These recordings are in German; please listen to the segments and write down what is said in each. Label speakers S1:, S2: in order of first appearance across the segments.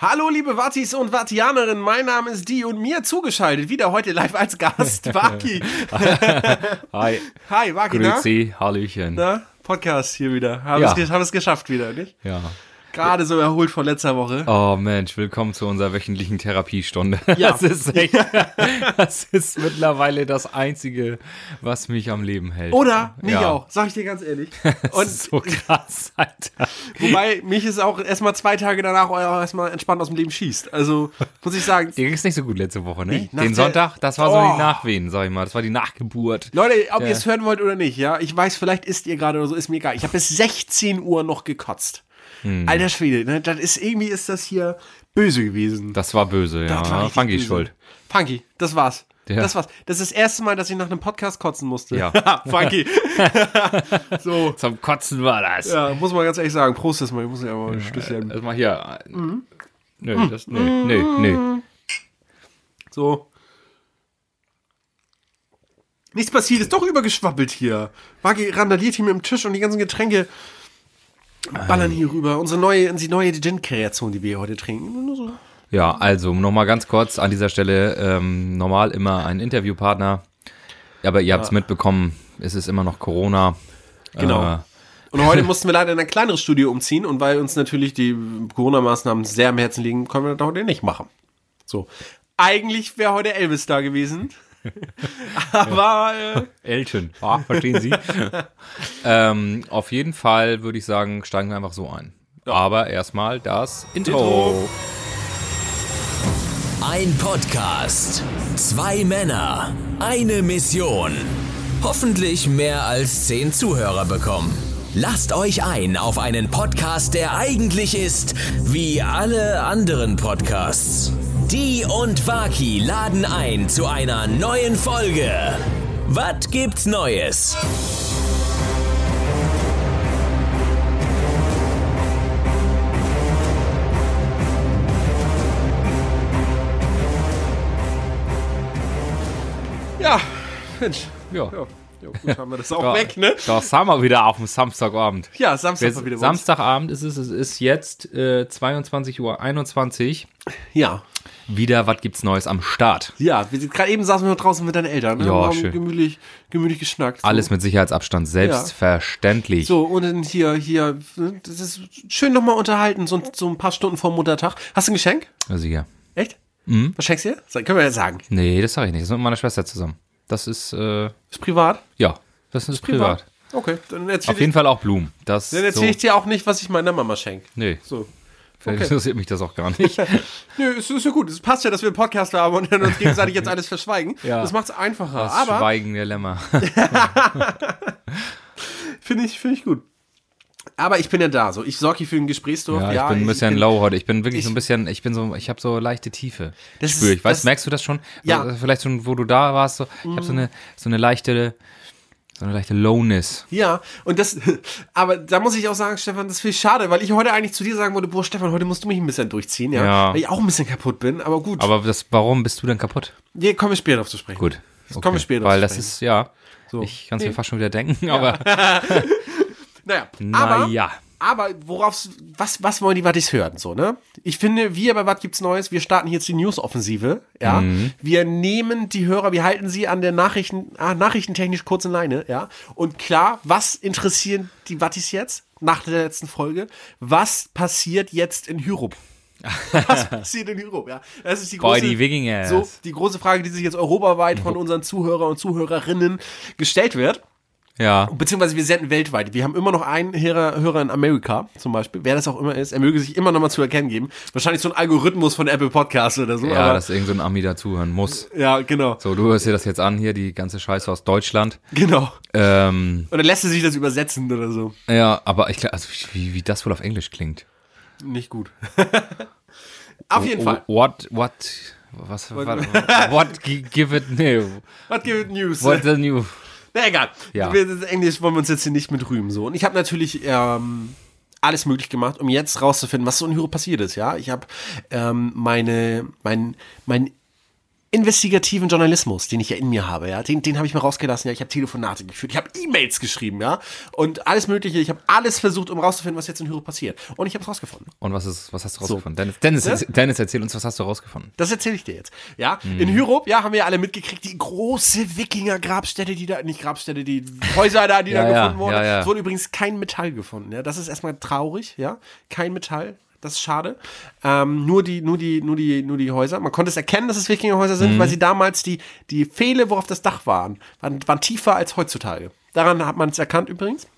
S1: Hallo, liebe Wattis und Wattianerinnen, mein Name ist Di und mir zugeschaltet, wieder heute live als Gast, Waki.
S2: Hi,
S1: Hi, Waki, na?
S2: Grüezi, Hallöchen.
S1: na? Podcast hier wieder. Haben
S2: Ja. Äh.
S1: es ge- haben es geschafft wieder, nicht?
S2: Ja.
S1: Gerade so erholt von letzter Woche.
S2: Oh Mensch, willkommen zu unserer wöchentlichen Therapiestunde.
S1: Ja.
S2: Das ist echt, das ist mittlerweile das Einzige, was mich am Leben hält.
S1: Oder? Mich
S2: Ja.
S1: auch, sag ich dir ganz ehrlich.
S2: Das
S1: Und
S2: ist so krass, Alter.
S1: wobei mich es auch erstmal zwei Tage danach auch erstmal entspannt aus dem Leben schießt. Also, muss ich sagen,
S2: Dir ging's nicht so gut letzte Woche,
S1: Nee,
S2: ne?
S1: nach der-
S2: Den Sonntag, das war so
S1: Oh.
S2: die Nachwehen, sag ich mal. Das war die Nachgeburt.
S1: Leute, ob
S2: Ja.
S1: ihr es hören wollt oder nicht, ja, ich weiß, vielleicht isst ihr gerade oder so, ist mir egal. Ich habe bis 16 Uhr noch gekotzt.
S2: Hm.
S1: Alter Schwede, ne, das ist irgendwie ist das hier böse gewesen.
S2: Das war böse, ja.
S1: Das war richtig
S2: Ah, Funky
S1: böse.
S2: schuld.
S1: Funky, das war's.
S2: Ja.
S1: Das war's. Das ist das erste Mal, dass ich nach einem Podcast kotzen musste.
S2: Ja.
S1: Funky. so.
S2: Zum Kotzen war das.
S1: Ja, muss man ganz ehrlich sagen. Prost erstmal. Ich muss ja mal ein Schlüsselchen.
S2: Das mal hier.
S1: Mhm.
S2: Nö, das, nö, nö, nö.
S1: So. Nichts passiert, ist doch übergeschwappelt hier. Wagi randaliert hier mit dem Tisch und die ganzen Getränke ballern hier rüber. Unsere neue, unsere neue Gin-Kreation, die wir hier heute trinken. Nur so.
S2: Ja, also nochmal ganz kurz an dieser Stelle, ähm, normal immer ein Interviewpartner, aber ihr habt's mitbekommen, es ist immer noch Corona.
S1: Genau.
S2: Äh,
S1: Und heute mussten wir leider in ein kleineres Studio umziehen und weil uns natürlich die Corona-Maßnahmen sehr am Herzen liegen, können wir das heute nicht machen. So. Eigentlich wäre heute Elvis da gewesen. Aber äh,
S2: Elton, ah, verstehen Sie? ähm, auf jeden Fall würde ich sagen, steigen wir einfach so ein. Aber erstmal das Intro.
S3: Ein Podcast. Zwei Männer. Eine Mission. Hoffentlich mehr als zehn Zuhörer bekommen. Lasst euch ein auf einen Podcast, der eigentlich ist wie alle anderen Podcasts. Die und Waki laden ein zu einer neuen Folge. Was gibt's Neues?
S1: äh, ja, Mensch.
S2: Ja.
S1: Ja, ja, gut, haben wir das auch
S2: Ja,
S1: weg, ne?
S2: Das haben wir wieder auf dem Samstagabend.
S1: Ja, Samstag war
S2: Jetzt,
S1: wieder bei uns.
S2: Samstagabend ist es, es ist jetzt äh, 22.21 Uhr.
S1: Ja.
S2: Wieder, was gibt's Neues am Start?
S1: Ja, wir sind gerade eben saßen wir noch draußen mit deinen Eltern. Ne?
S2: Ja,
S1: und haben
S2: schön.
S1: Gemütlich, gemütlich geschnackt. So.
S2: Alles mit Sicherheitsabstand, selbstverständlich.
S1: So, und dann hier, hier, ne, das ist schön nochmal unterhalten, so, ein- so ein paar Stunden vor Muttertag. Hast du ein Geschenk?
S2: Also hier.
S1: Echt?
S2: Mhm.
S1: Was schenkst du dir? Sag- Können wir ja sagen.
S2: Nee, das sage ich nicht. Das ist mit meiner Schwester zusammen. Das ist, äh,
S1: Ist privat?
S2: ja, das ist privat.
S1: Okay, dann
S2: Auf
S1: erzähle ich,
S2: jeden Fall auch Blumen. Das
S1: dann
S2: so,
S1: erzähl ich dir auch nicht, was ich meiner Mama schenke.
S2: nee,
S1: So.
S2: vielleicht
S1: okay.
S2: interessiert mich das auch gar nicht.
S1: Nö, ist, ist ja gut. Es passt ja, dass wir einen Podcast haben und dann uns gegenseitig jetzt alles verschweigen.
S2: Ja.
S1: Das macht's einfacher.
S2: Das
S1: Aber
S2: Schweigen der Lämmer.
S1: finde ich, finde ich gut. Aber ich bin ja da, so. Ich sorge hier für ein Gesprächsdorf.
S2: Ja, ich bin ein bisschen low heute. Ich bin wirklich so
S1: ich-
S2: ein bisschen, ich bin so, ich habe so leichte Tiefe.
S1: Das
S2: Das spür
S1: ist-
S2: ich. Weißt,
S1: das-
S2: merkst du das schon?
S1: Ja. Mhm.
S2: Also Vielleicht schon, wo du da warst, so, ich habe so eine, so eine leichte, so eine leichte Lowness.
S1: Ja, und das, aber da muss ich auch sagen, Stefan, das ist viel schade, weil ich heute eigentlich zu dir sagen wollte, boah, Stefan, heute musst du mich ein bisschen durchziehen, ja.
S2: Ja.
S1: Weil ich auch ein bisschen kaputt bin, aber gut.
S2: Aber das, warum bist du denn kaputt?
S1: nee, kommen wir später drauf zu sprechen.
S2: Gut.
S1: Das kommen wir später
S2: Weil
S1: drauf
S2: das
S1: zu
S2: ist, ja,
S1: So.
S2: ich kann es mir fast schon wieder denken, aber
S1: Naja, aber,
S2: naja.
S1: aber worauf, was, was wollen die Wattis hören, so, ne? Ich finde, wir bei Was gibt's Neues, wir starten jetzt die News-Offensive, ja.
S2: Mhm.
S1: Wir nehmen die Hörer, wir halten sie an der Nachrichten, ah, nachrichtentechnisch kurzen Leine, ja. Und klar, was interessieren die Wattis jetzt? Nach der letzten Folge, was passiert jetzt in Hyrop? Was passiert in Hyrop, ja? Das ist die
S2: Boy,
S1: große,
S2: die Wikinger.
S1: so, die große Frage, die sich jetzt europaweit von unseren Zuhörer und Zuhörerinnen gestellt wird.
S2: Ja.
S1: Beziehungsweise wir senden weltweit. Wir haben immer noch einen Hörer, Hörer in Amerika zum Beispiel. Wer das auch immer ist, er möge sich immer noch mal zu erkennen geben. Wahrscheinlich so ein Algorithmus von Apple Podcasts oder so.
S2: Ja,
S1: aber,
S2: dass irgend so ein Ami dazuhören muss.
S1: ja genau.
S2: So, du hörst dir das jetzt an hier, die ganze Scheiße aus Deutschland.
S1: Genau.
S2: Ähm,
S1: Und dann lässt er sich das übersetzen oder so.
S2: ja, aber ich glaub, also wie, wie das wohl auf Englisch klingt.
S1: Nicht gut. Auf jeden Fall.
S2: Oh, What, what, was, what, what gi- give it new?
S1: What give it news?
S2: What the new?
S1: Na egal.
S2: Ja.
S1: Wir, das Englisch wollen wir uns jetzt hier nicht mit rühmen. So. Und ich habe natürlich ähm, alles möglich gemacht, um jetzt rauszufinden, was so in Hyro passiert ist. Ja, ich habe ähm, meine, mein, mein investigativen Journalismus, den ich ja in mir habe, ja, den, den habe ich mal rausgelassen, ja, ich habe Telefonate geführt, ich habe E-Mails geschrieben, ja, und alles mögliche, ich habe alles versucht, um rauszufinden, was jetzt in Hyro passiert und ich habe es rausgefunden.
S2: Und was, ist, was hast du rausgefunden? Dennis, Dennis, erz- Dennis, erzähl uns, was hast du rausgefunden?
S1: Das erzähle ich dir jetzt. Ja,
S2: Mhm.
S1: in Hyrop, ja, haben wir ja alle mitgekriegt, die große Wikinger-Grabstätte, die da, nicht Grabstätte, die Häuser da, die
S2: Ja,
S1: da
S2: ja,
S1: gefunden wurden.
S2: ja, ja.
S1: Es wurde übrigens kein Metall gefunden. Ja, das ist erstmal traurig, ja, kein Metall. Das ist schade. Ähm, nur, die, nur, die, nur, die, nur die Häuser. Man konnte es erkennen, dass es Wikingerhäuser sind,
S2: Mhm.
S1: weil sie damals die, die Pfähle, worauf das Dach waren, waren, waren tiefer als heutzutage. Daran hat man es erkannt übrigens.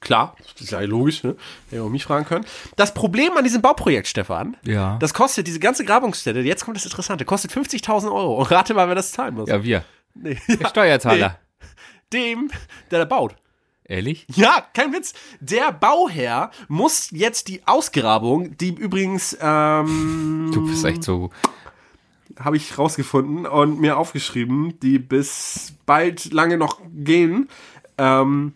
S1: Klar, das ist ja logisch, ne? Hätte auch mich fragen können. Das Problem an diesem Bauprojekt, Stefan,
S2: Ja.
S1: das kostet diese ganze Grabungsstätte, jetzt kommt das Interessante, kostet 50.000 Euro. Und rate mal, wer das zahlen muss.
S2: Ja, wir.
S1: Nee.
S2: Der Steuerzahler.
S1: Dem, der da baut.
S2: Ehrlich?
S1: Ja, kein Witz. Der Bauherr muss jetzt die Ausgrabung, die übrigens, ähm,
S2: Du bist echt so.
S1: habe ich rausgefunden und mir aufgeschrieben, die bis bald lange noch gehen. Ähm,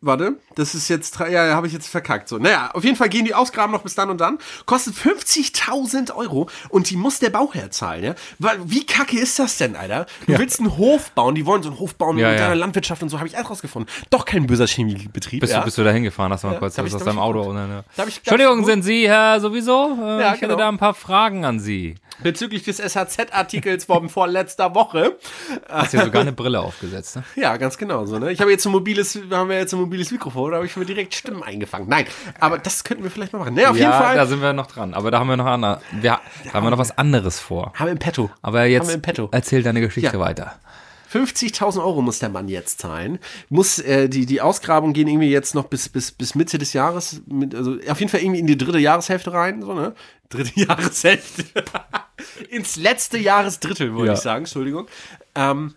S1: warte, das ist jetzt, drei- ja, habe ich jetzt verkackt. So, naja, auf jeden Fall gehen die Ausgraben noch bis dann und dann. Kostet 50.000 Euro und die muss der Bauherr zahlen, ja? Wa- Wie kacke ist das denn, Alter? Du willst einen Hof bauen, die wollen so einen Hof bauen
S2: Ja,
S1: mit
S2: ja.
S1: deiner Landwirtschaft und so, habe ich alles rausgefunden. Doch kein böser Chemiebetrieb,
S2: Bist,
S1: ja?
S2: du, bist du da hingefahren? Lass mal kurz
S1: hab
S2: das
S1: ich-
S2: aus
S1: hab ich
S2: deinem Auto.
S1: geguckt.
S2: Und dann,
S1: Da hab ich-
S2: Entschuldigung,
S1: ganz gut-
S2: sind Sie Herr sowieso?
S1: Ja,
S2: Äh, ich hätte
S1: genau.
S2: da ein paar Fragen an Sie.
S1: Bezüglich des SHZ-Artikels von vorletzter Woche.
S2: Hast dir sogar eine Brille aufgesetzt, ne?
S1: Ja, ganz genau so, ne? Ich habe jetzt ein mobiles, wir haben ja jetzt ein mobiles Mikrofon, da habe ich mir direkt Stimmen eingefangen. Nein, aber das könnten wir vielleicht mal machen. Ne, auf jeden
S2: da
S1: Fall.
S2: sind wir noch dran. Aber da haben wir noch, andere, wir, da haben wir noch was anderes vor.
S1: Haben wir im Petto.
S2: Aber
S1: Haben
S2: jetzt
S1: wir im Petto.
S2: erzähl deine Geschichte
S1: Ja.
S2: weiter.
S1: 50.000 Euro muss der Mann jetzt zahlen. Muss, äh, die, die Ausgrabungen gehen irgendwie jetzt noch bis, bis, bis Mitte des Jahres, mit, also auf jeden Fall irgendwie in die dritte Jahreshälfte rein, so, ne? Dritte Jahreshälfte. Ins letzte Jahresdrittel, würde
S2: Ja.
S1: ich sagen, Entschuldigung. Ähm,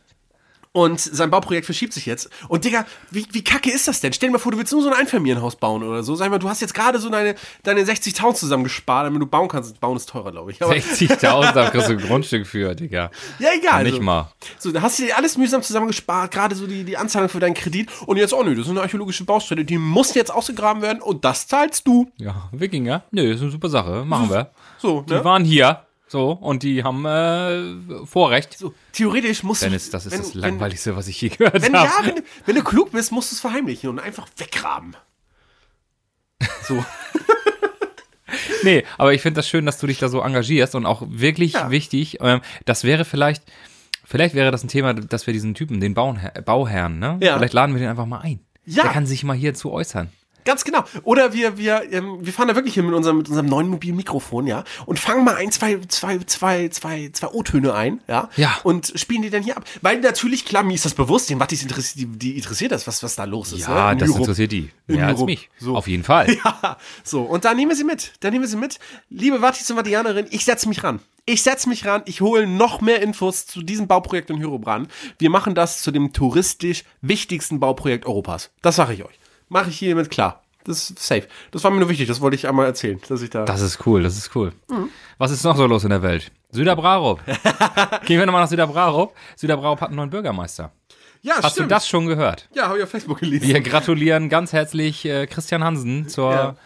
S1: und sein Bauprojekt verschiebt sich jetzt. Und Digga, wie, wie kacke ist das denn? Stell dir mal vor, du willst nur so ein Einfamilienhaus bauen oder so. Sag mal, du hast jetzt gerade so deine, deine 60.000 zusammengespart, damit du bauen kannst. Bauen ist teurer, glaube ich. Aber,
S2: 60.000, da kriegst du ein Grundstück für, Digga.
S1: ja, also- egal.
S2: Nicht
S1: so.
S2: mal.
S1: So, da hast du dir alles mühsam zusammengespart, gerade so die, die Anzahlung für deinen Kredit. Und jetzt, oh nö, das ist eine archäologische Baustelle, die muss jetzt ausgegraben werden und das zahlst du.
S2: Ja, Wikinger? Nö, ist eine super Sache. Machen wir.
S1: So,
S2: Die
S1: ne?
S2: waren hier. So, und die haben äh, Vorrecht.
S1: So, theoretisch musst
S2: Dennis,
S1: du.
S2: das ist
S1: wenn-
S2: das
S1: wenn-
S2: Langweiligste, was ich je gehört
S1: Wenn,
S2: habe.
S1: ja, wenn, du- wenn du klug bist, musst du es verheimlichen und einfach weggraben. So.
S2: Nee, aber ich finde das schön, dass du dich da so engagierst und auch wirklich
S1: Ja.
S2: wichtig. Ähm, das wäre vielleicht, vielleicht wäre das ein Thema, dass wir diesen Typen, den Bauher Bauherrn, ne?
S1: Ja.
S2: Vielleicht laden wir den einfach mal ein.
S1: Ja.
S2: Der kann sich mal hierzu äußern.
S1: Ganz genau. Oder wir, wir, ähm, wir fahren da wirklich hin mit unserem, mit unserem neuen mobilen Mikrofon, ja, und fangen mal ein, zwei, zwei, zwei, zwei, zwei O-Töne ein, ja,
S2: Ja.
S1: und spielen die dann hier ab. Weil natürlich, klar, mir ist das bewusst, den Wattis interessiert, die, die interessiert das, was, was da los ist. ne?
S2: Ja,
S1: in
S2: das
S1: Juro.
S2: interessiert die.
S1: In
S2: Mehr als
S1: Juro.
S2: mich.
S1: So.
S2: Auf jeden Fall.
S1: Ja, so, und da nehmen wir sie mit. Da nehmen wir sie mit. Liebe Wattis und Wattianerin, ich setze mich ran. Ich setze mich ran, ich hole noch mehr Infos zu diesem Bauprojekt in Hyrobran. Wir machen das zu dem touristisch wichtigsten Bauprojekt Europas. Das sage ich euch. Mache ich hiermit klar. Das ist safe. Das war mir nur wichtig, das wollte ich einmal erzählen, dass ich da.
S2: Das ist cool, das ist cool.
S1: Mhm.
S2: Was ist noch so los in der Welt? Süderbrarup. Gehen wir nochmal nach Süderbrarup. Süderbrarup hat einen neuen Bürgermeister.
S1: ja,
S2: Hast du das schon gehört?
S1: Ja, habe ich auf Facebook gelesen.
S2: Wir gratulieren ganz herzlich äh, Christian Hansen zur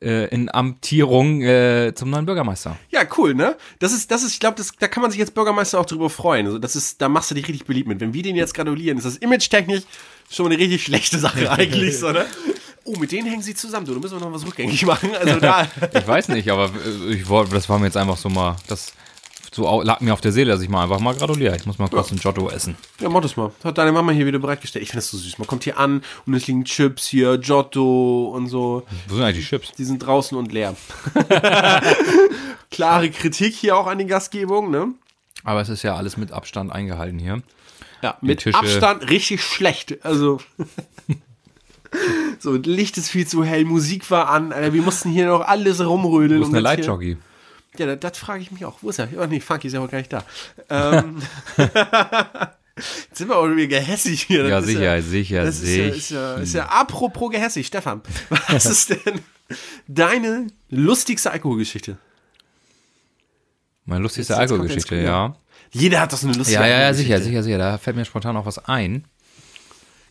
S2: äh, Inamtierung äh, zum neuen Bürgermeister.
S1: Ja, cool, ne? Das ist, das ist, ich glaube, das, da kann man sich jetzt Bürgermeister auch drüber freuen. Also das ist, da machst du dich richtig beliebt mit. Wenn wir den jetzt gratulieren, ist das image-technisch schon eine richtig schlechte Sache eigentlich, so, ne? Oh, mit denen hängen sie zusammen, du. Da müssen wir noch was rückgängig machen. Also da.
S2: Ich weiß nicht, aber äh, ich wollte, das war mir jetzt einfach so mal, das so au- lag mir auf der Seele, dass ich mal einfach mal gratuliere. Ich muss mal kurz ein Giotto essen.
S1: Ja, mach das mal. Hat deine Mama hier wieder bereitgestellt. Ich finde das so süß. Man kommt hier an und es liegen Chips hier, Giotto und so.
S2: Wo sind eigentlich die Chips?
S1: Die sind draußen und leer. Klare Kritik hier auch an den Gastgebungen, ne?
S2: Aber es ist ja alles mit Abstand eingehalten hier.
S1: Ja, mit
S2: Tische-
S1: Abstand richtig schlecht. Also. so, Licht ist viel zu hell, Musik war an, Alter, wir mussten hier noch alles rumrödeln.
S2: Wo ist eine
S1: um jetzt hier-
S2: Leitjockey?
S1: Ja, das, das frage ich mich auch. Wo ist er? Oh nee, Funky ist ja heute gar nicht da. Ähm, Jetzt sind wir auch irgendwie gehässig hier.
S2: Ja,
S1: Das ist
S2: sicher, sicher,
S1: das ist ja, ist ja, ist ja apropos gehässig. Stefan, was ist denn deine lustigste Alkoholgeschichte?
S2: Meine lustigste
S1: Jetzt- jetzt kommt der
S2: Alkoholgeschichte,
S1: ins Spiel.
S2: ja.
S1: Jeder hat doch so eine lustige
S2: Ja, ja, ja,
S1: Alkoholgeschichte.
S2: sicher, sicher, sicher. Da fällt mir spontan auch was ein.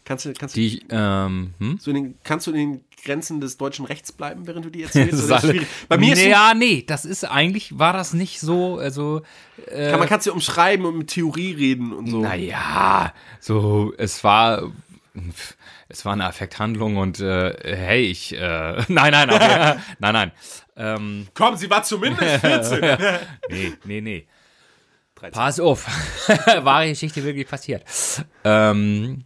S1: Kannst du, kannst du,
S2: Die, ähm, hm?
S1: so in den, kannst du in den Grenzen des deutschen Rechts bleiben, während du die erzählst?
S2: Das ist
S1: Oder ist
S2: alle-
S1: schwierig? Bei mir ist
S2: ja, nee, das ist eigentlich, war das nicht so, also,
S1: es, kann, man kann es ja umschreiben und mit Theorie reden und so.
S2: naja, so, es war, pf, es war eine Affekthandlung und, äh, hey, ich, äh, nein, nein, nein, nein, nein, ähm,
S1: Komm, sie war zumindest 14.
S2: nee, nee, nee. Pass auf. Wahre Geschichte wirklich passiert. Ähm,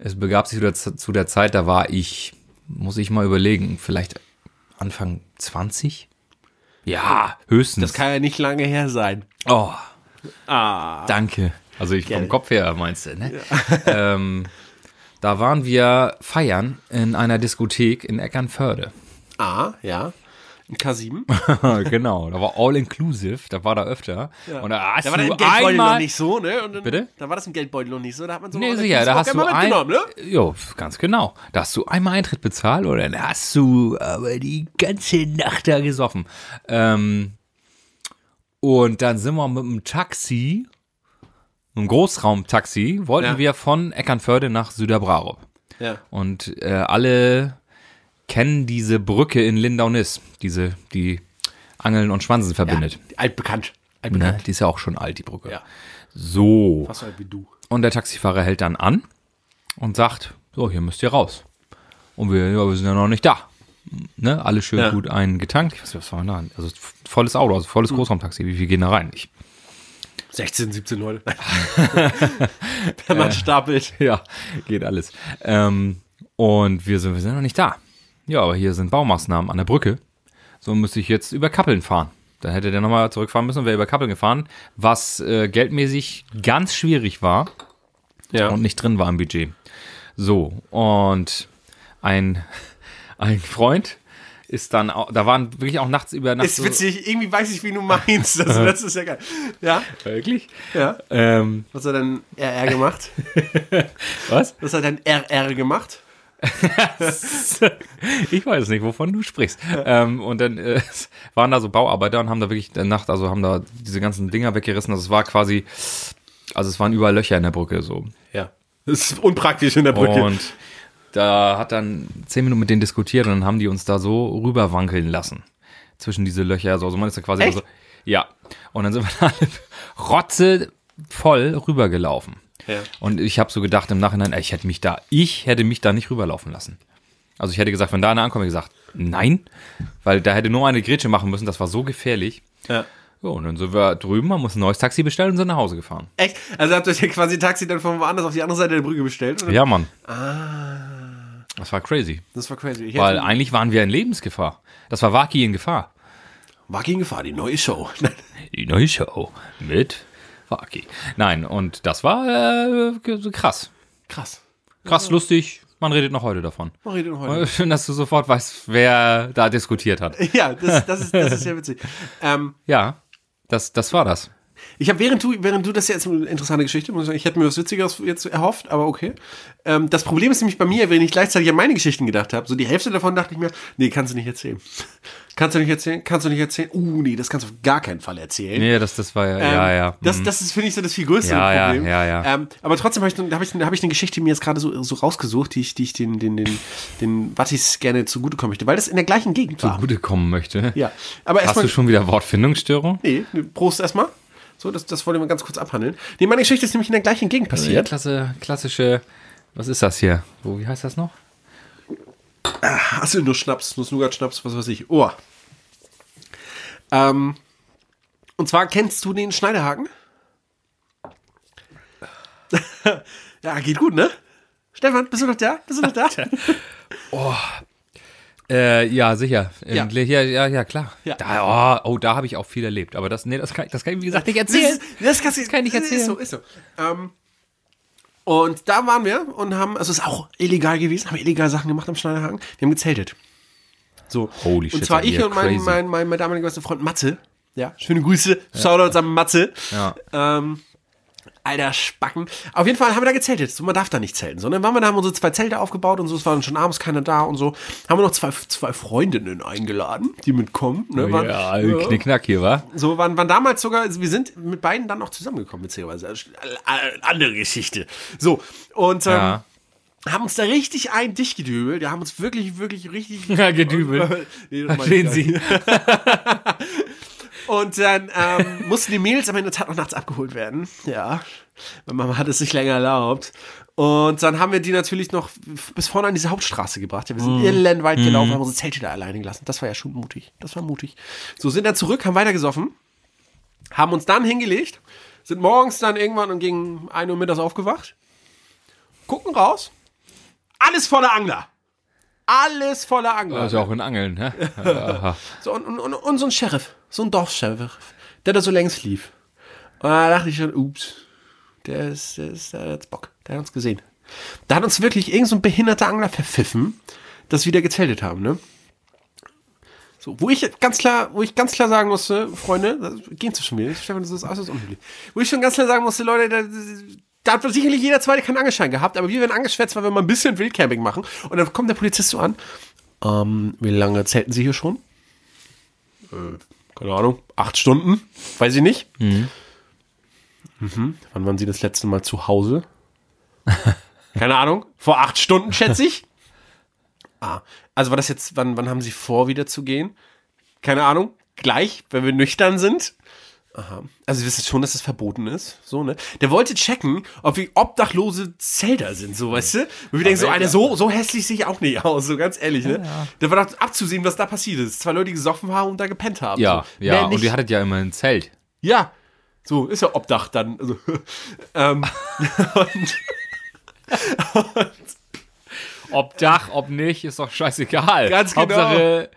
S2: es begab sich zu der, Z- zu der Zeit, da war ich, muss ich mal überlegen, vielleicht Anfang 20? Ja, höchstens.
S1: Das kann ja nicht lange her sein.
S2: oh. Danke. Also ich
S1: Ah. Gerne.
S2: vom Kopf her meinst du, ne? ähm, da waren wir feiern in einer Diskothek in Eckernförde.
S1: Ah, ja. Ein K7.
S2: genau, da war all inclusive, da war da öfter. Und da hast
S1: Da war das
S2: du
S1: im Geldbeutel noch
S2: einmal
S1: nicht so, ne? Und dann,
S2: Bitte?
S1: Da war das im Geldbeutel noch nicht so. Da hat man so
S2: Nee,
S1: eine
S2: sicher, da
S1: Kiesbock
S2: hast du
S1: immer
S2: ein,
S1: mitgenommen, ne?
S2: Jo, ganz genau. Da hast du einmal Eintritt bezahlt und dann hast du aber die ganze Nacht da gesoffen. Ähm, und dann sind wir mit dem Taxi, einem Großraumtaxi, wollten
S1: Ja.
S2: wir von Eckernförde nach Süderbrarup.
S1: Ja.
S2: Und äh, alle kennen diese Brücke in Lindau-Niss, diese, die Angeln und Schwanzen verbindet.
S1: Altbekannt.
S2: ne? Die ist ja auch schon alt, die Brücke.
S1: Ja.
S2: So.
S1: Fast so alt wie du.
S2: Und der Taxifahrer hält dann an und sagt, so, hier müsst ihr raus. Und wir, ja, wir sind ja noch nicht da. Ne? Alle schön
S1: Ja.
S2: gut eingetankt. Ich weiß nicht, was war denn da? Also f- volles Auto, also volles Großraumtaxi. Wie viel gehen da rein? Ich,
S1: 16, 17 Leute. Wenn man stapelt.
S2: ja, geht alles. Ähm, und wir sind, wir sind noch nicht da. Ja, aber hier sind Baumaßnahmen an der Brücke. So müsste ich jetzt über Kappeln fahren. Dann hätte der nochmal zurückfahren müssen und wäre über Kappeln gefahren, was äh, geldmäßig ganz schwierig war.
S1: Ja.
S2: und nicht drin war im Budget. So, und ein, ein Freund ist dann, auch, da waren wirklich auch nachts über Nacht.
S1: ist witzig, irgendwie weiß ich, wie du meinst. Also, das ist ja geil. Ja,
S2: So, wirklich?
S1: ja.
S2: Ähm,
S1: Was hat denn RR gemacht?
S2: was?
S1: Was hat denn RR gemacht?
S2: ich weiß nicht, wovon du sprichst. Ähm, und dann äh, waren da so Bauarbeiter und haben da wirklich der Nacht, also haben da diese ganzen Dinger weggerissen. Also es war quasi, also es waren überall Löcher in der Brücke so.
S1: Ja. Das ist unpraktisch in der Brücke.
S2: Und da hat dann zehn Minuten mit denen diskutiert und dann haben die uns da so rüberwankeln lassen. Zwischen diese Löcher. Also, also man ist dann quasi
S1: Echt?
S2: so. Ja. Und dann sind wir da alle rotze voll rübergelaufen.
S1: Ja.
S2: Und ich habe so gedacht im Nachhinein, ey, ich hätte mich da, ich hätte mich da nicht rüberlaufen lassen. Also ich hätte gesagt, wenn da einer ankommt, hätte ich gesagt, nein, weil da hätte nur eine Grätsche machen müssen, das war so gefährlich.
S1: ja.
S2: So, und dann sind wir drüben, man muss ein neues Taxi bestellen und sind nach Hause gefahren.
S1: Echt? Also habt ihr euch ja quasi ein Taxi dann von woanders auf die andere Seite der Brücke bestellt? Oder?
S2: Ja, Mann. Ah.
S1: Ah.
S2: Das war crazy.
S1: Das war crazy. Ich
S2: Weil
S1: hätte-
S2: eigentlich waren wir in Lebensgefahr. Das war Waki in Gefahr.
S1: Waki in Gefahr, die neue Show.
S2: Die neue Show mit Waki. Nein, und das war äh, g- krass.
S1: Krass.
S2: Krass, lustig. Man redet noch heute davon.
S1: Man redet noch heute.
S2: Äh, Schön, dass du sofort weißt, wer da diskutiert hat.
S1: Ja, das, das, ist, das ist ja witzig. Ähm,
S2: Ja, das, das war das.
S1: ich habe während du, während du das jetzt eine interessante Geschichte, muss ich sagen, ich hätte mir was Witzigeres jetzt erhofft, aber okay. Ähm, das Problem ist nämlich bei mir, wenn ich gleichzeitig an meine Geschichten gedacht habe, so die Hälfte davon dachte ich mir, nee, kannst du nicht erzählen. Kannst du nicht erzählen? Kannst du nicht erzählen? Uh, nee, das kannst du auf gar keinen Fall erzählen.
S2: Nee, das, das war ja,
S1: Ähm,
S2: ja, ja.
S1: Das,
S2: Mhm.
S1: das ist, finde ich, so das viel größere
S2: Ja, ja,
S1: Problem.
S2: ja, ja.
S1: Ähm, aber trotzdem habe ich, habe ich, habe ich eine Geschichte mir jetzt gerade so, so rausgesucht, die ich, die ich den, den, den, den Wattis gerne zugutekommen möchte, weil das in der gleichen Gegend war.
S2: Gute kommen möchte.
S1: Ja, aber
S2: Hast
S1: erstmal.
S2: du schon wieder Wortfindungsstörung?
S1: Nee, nee, Prost erstmal. So, das, das wollen wir ganz kurz abhandeln. Nee, meine Geschichte ist nämlich in der gleichen Gegend
S2: Ja,
S1: passiert.
S2: klasse, klassische. Was ist das hier? So, wie heißt das noch?
S1: Hasse nur Schnaps, nur nougat schnaps was weiß ich. Oh. Ähm, und zwar kennst du den Schneiderhaken? ja, geht gut, ne? Stefan, bist du noch da? Bist du noch da?
S2: Äh, ja, sicher.
S1: Ja.
S2: Ja, ja, ja, ja klar.
S1: Ja.
S2: Da, oh, oh, da habe ich auch viel erlebt. Aber das, nee, das kann, ich- das kann ich, wie gesagt, nicht erzählen.
S1: Das, das,
S2: Das kann ich nicht
S1: Ist
S2: erzählen.
S1: so, ist so. Ähm, und da waren wir und haben, also es ist auch illegal gewesen, haben illegal Sachen gemacht am Schneiderhaken. Wir haben gezeltet. So.
S2: Holy
S1: und
S2: shit,
S1: zwar
S2: seid
S1: ich
S2: ihr
S1: und mein,
S2: crazy.
S1: mein, mein, mein damaliger bester Freund Matze. Ja, schöne Grüße. Shoutouts an Matze.
S2: Ja.
S1: Ähm, alter Spacken. Auf jeden Fall haben wir da gezeltet. So, man darf da nicht zelten. So, dann waren wir da, haben unsere zwei Zelte aufgebaut und so. Es war dann schon abends keiner da und so. Haben wir noch zwei, zwei Freundinnen eingeladen, die mitkommen. Ne? Waren-
S2: Ja, knickknack hier, wa?
S1: so waren, waren damals sogar, also wir sind mit beiden dann auch zusammengekommen, beziehungsweise. Also, äh, äh, andere Geschichte. So, und ähm,
S2: Ja.
S1: haben uns da richtig ein dicht gedübelt. Wir haben uns wirklich, wirklich richtig.
S2: Ja, gedübelt.
S1: Nee, das meine ich
S2: Verstehen
S1: gar
S2: Sie?
S1: Und dann ähm, mussten die Mädels am Ende der Tat noch nachts abgeholt werden. Ja. Meine Mama hat es nicht länger erlaubt. Und dann haben wir die natürlich noch f- bis vorne an diese Hauptstraße gebracht. Ja, wir sind irrend weit gelaufen, haben unsere Zelte da alleine gelassen. Das war ja schon mutig. Das war mutig. So, sind dann zurück, haben weitergesoffen, haben uns dann hingelegt, sind morgens dann irgendwann und gegen 1 Uhr mittags aufgewacht, gucken raus. Alles voller Angler. Alles voller Angler.
S2: Also auch in Angeln, ne? Aha.
S1: So, und, und, und, und so ein Sheriff, so ein Dorfsheriff, der da so längs lief. Und da dachte ich schon, ups, der ist, der ist, der hat's Bock, der hat uns gesehen. Da hat uns wirklich irgend so ein behinderter Angler verpfiffen, dass wir da gezeltet haben, ne? So, wo ich ganz klar, wo ich ganz klar sagen musste, Freunde, das- gehen Sie schon wieder, Stefan, das ist alles unüblich. Wo ich schon ganz klar sagen musste, Leute, da, da hat sicherlich jeder zweite keinen Angelschein gehabt, aber wir werden angeschwätzt, weil wir mal ein bisschen Wildcamping machen. Und dann kommt der Polizist so an. Ähm, wie lange zelten Sie hier schon? keine Ahnung, acht Stunden, weiß ich nicht. Mhm. Wann waren Sie das letzte Mal zu Hause? keine Ahnung, vor acht Stunden, schätze ich. ah, also war das jetzt, wann, wann haben Sie vor, wieder zu gehen? Keine Ahnung, gleich, wenn wir nüchtern sind. Aha. Also, Sie wissen schon, dass es das verboten ist. So, ne? Der wollte checken, ob wir obdachlose Zelda sind, so, weißt du? Und wir denken, so eine, so, so hässlich sehe ich auch nicht aus, so ganz ehrlich, ne? Da war doch abzusehen, was da passiert ist. Zwei Leute gesoffen haben und da gepennt haben.
S2: Ja,
S1: so. Mehr
S2: ja. Und
S1: nicht.
S2: ihr hattet ja immer ein Zelt.
S1: Ja, so ist ja Obdach dann. Also, ähm, und,
S2: Ob Dach, ob nicht, ist doch scheißegal.
S1: Ganz genau.
S2: Hauptsache,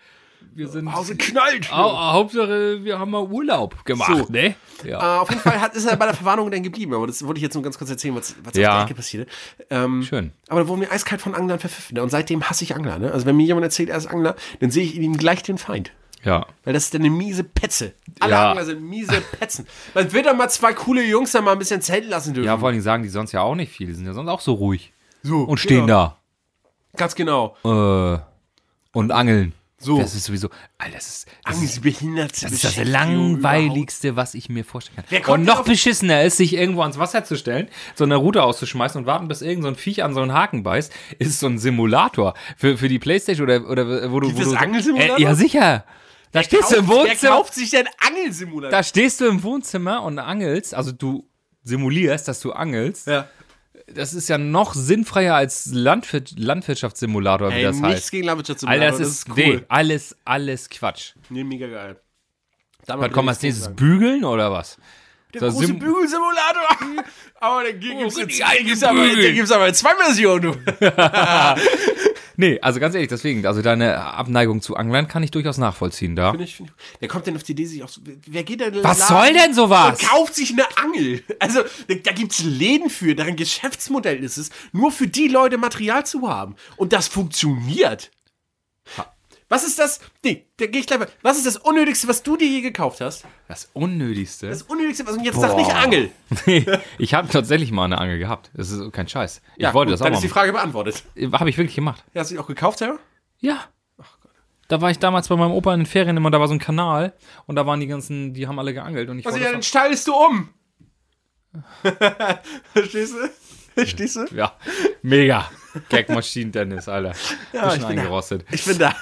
S2: wir sind.
S1: Hause oh, knallt.
S2: Hau- Hauptsache, wir haben mal Urlaub gemacht,
S1: So.
S2: ne?
S1: Äh,
S2: Ja.
S1: auf jeden Fall hat, ist er bei der Verwarnung dann geblieben, aber das wollte ich jetzt nur ganz kurz erzählen, was, was auf
S2: Ja.
S1: der Ecke passierte. Ähm,
S2: Schön.
S1: Aber da wurden wir eiskalt von Anglern verpfiffen. ne? Und seitdem hasse ich Angler. Ne? Also wenn mir jemand erzählt, er ist Angler, dann sehe ich in ihm gleich den Feind.
S2: Ja.
S1: Weil das ist dann eine miese Petze. Alle
S2: Ja.
S1: Angler sind miese Petzen. Man wird doch mal zwei coole Jungs dann mal ein bisschen zelten lassen dürfen.
S2: Ja, vor allen Dingen sagen die sonst ja auch nicht viel. Die sind ja sonst auch so ruhig.
S1: so,
S2: Und stehen
S1: da. Ganz genau.
S2: da. Äh, und angeln.
S1: So.
S2: Das ist sowieso. Alter, das ist. Das
S1: Angst,
S2: ist
S1: behindert.
S2: das, ist das langweiligste, was ich mir vorstellen
S1: Wer
S2: kann.
S1: kommt
S2: Und
S1: denn
S2: noch
S1: auf-
S2: beschissener ist, sich irgendwo ans Wasser zu stellen, so eine Route auszuschmeißen und warten, bis irgend so ein Viech an so einen Haken beißt, ist so ein Simulator für, für die Playstation oder, oder wo du.
S1: Gibt
S2: wo
S1: es
S2: du
S1: Angelsimulator?
S2: Äh, ja, sicher. Da stehst du im
S1: Wer
S2: Wohnzimmer.
S1: kauft sich denn Angelsimulator?
S2: Da stehst du im Wohnzimmer und angelst, also du simulierst, dass du angelst.
S1: Ja.
S2: Das ist ja noch sinnfreier als Landwir Landwirtschaftssimulator, wie
S1: Ey,
S2: das
S1: nichts
S2: heißt.
S1: gegen Landwirtschaftssimulator.
S2: Alter, das, ist, nee, alles, alles Quatsch.
S1: Nee, mega geil.
S2: Was kommt als nächstes? Bügeln oder was?
S1: Der
S2: So,
S1: große
S2: Sim-
S1: Bügelsimulator. aber den gibt's,
S2: richtig
S1: jetzt,
S2: einen
S1: gibt's, aber,
S2: gebügelt.
S1: den gibt's aber in zwei Versionen. du.
S2: Nee, also ganz ehrlich, deswegen, also deine Abneigung zu Anglern kann ich durchaus nachvollziehen da.
S1: Bin ich- bin ich- Wer kommt denn auf die Idee, sich auch so, Wer geht denn in den
S2: Was
S1: Laden
S2: soll denn sowas?
S1: Und kauft sich eine Angel. Also, da, da gibt's Läden für, deren Geschäftsmodell ist es, nur für die Leute Material zu haben. Und das funktioniert. Was ist das? Nee, da gehe ich gleich mal. Was ist das Unnötigste, was du dir je gekauft hast?
S2: Das Unnötigste.
S1: Das Unnötigste, was. Und jetzt sag nicht Angel.
S2: nee, ich habe tatsächlich mal eine Angel gehabt. Das ist kein Scheiß. Ich
S1: Ja,
S2: wollte
S1: gut,
S2: das
S1: Dann
S2: auch
S1: ist die Frage beantwortet.
S2: mal. Habe ich wirklich gemacht.
S1: Ja, Hast du die auch gekauft, selber?
S2: Ja. Da war ich damals bei meinem Opa in den Ferien immer, da war so ein Kanal und da waren die ganzen, die haben alle geangelt und ich
S1: Also,
S2: wollte
S1: ja,
S2: das
S1: dann stallst du um. Verstehst du? Verstehst du?
S2: auch- ja, mega. Gagmaschinen-Dennis, Alter. Ja,
S1: ich
S2: Bisschen
S1: bin da.
S2: eingerostet.
S1: Ich bin da.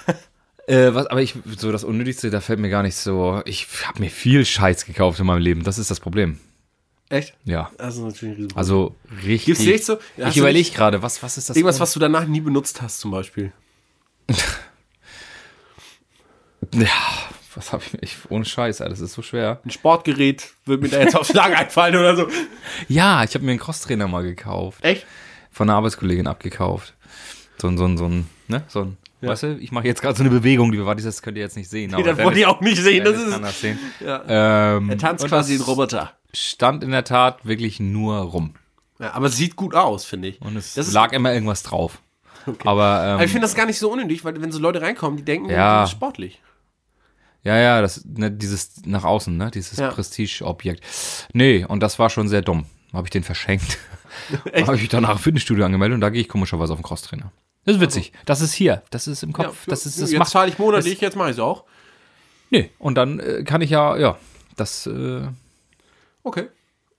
S2: Äh, was, aber ich, so das Unnötigste, da fällt mir gar nicht so. Ich habe mir viel Scheiß gekauft in meinem Leben. Das ist das Problem.
S1: Echt?
S2: Ja.
S1: Also, natürlich ein Riesenproblem.
S2: Also richtig.
S1: Gibt's nicht so- Hast du
S2: ich überlege
S1: nicht-
S2: gerade, was, was ist das?
S1: Irgendwas, was du danach nie benutzt hast, zum Beispiel.
S2: Ja, was habe ich, ich ohne Scheiß, Alter, das ist so schwer.
S1: Ein Sportgerät würde mir da jetzt auf Schlag einfallen oder so.
S2: Ja, ich habe mir einen Crosstrainer mal gekauft.
S1: Echt?
S2: Von einer Arbeitskollegin abgekauft. So ein, so ein, so ein, ne? So ein, weißt du, ich mache jetzt gerade so eine Bewegung, die war das könnt ihr jetzt nicht sehen. aber
S1: das
S2: Dennis-
S1: wollte ich auch nicht sehen. Das
S2: Dennis
S1: ist,
S2: kann das sehen. Ähm,
S1: er tanzt
S2: und
S1: quasi
S2: das
S1: ein Roboter.
S2: Stand in der Tat wirklich nur rum.
S1: Ja, aber es sieht gut aus, finde ich.
S2: Und es
S1: das ist,
S2: lag immer irgendwas drauf. Aber,
S1: aber ich
S2: ähm,
S1: finde das gar nicht so unnötig, weil wenn so Leute reinkommen, die denken,
S2: Ja.
S1: das ist sportlich.
S2: ja, ja, das, ne, dieses nach außen, ne, dieses
S1: Ja.
S2: Prestigeobjekt. Nee, und das war schon sehr dumm. Habe ich den verschenkt. Habe ich mich danach im Fitnessstudio angemeldet und da gehe ich komischerweise auf den Crosstrainer. Das ist witzig. Das ist hier. Das ist im Kopf.
S1: für-
S2: das ist, das
S1: jetzt
S2: macht.
S1: zahle ich monatlich, jetzt mache ich es auch.
S2: Nee, und dann äh, kann ich ja, ja, das, äh,
S1: Okay.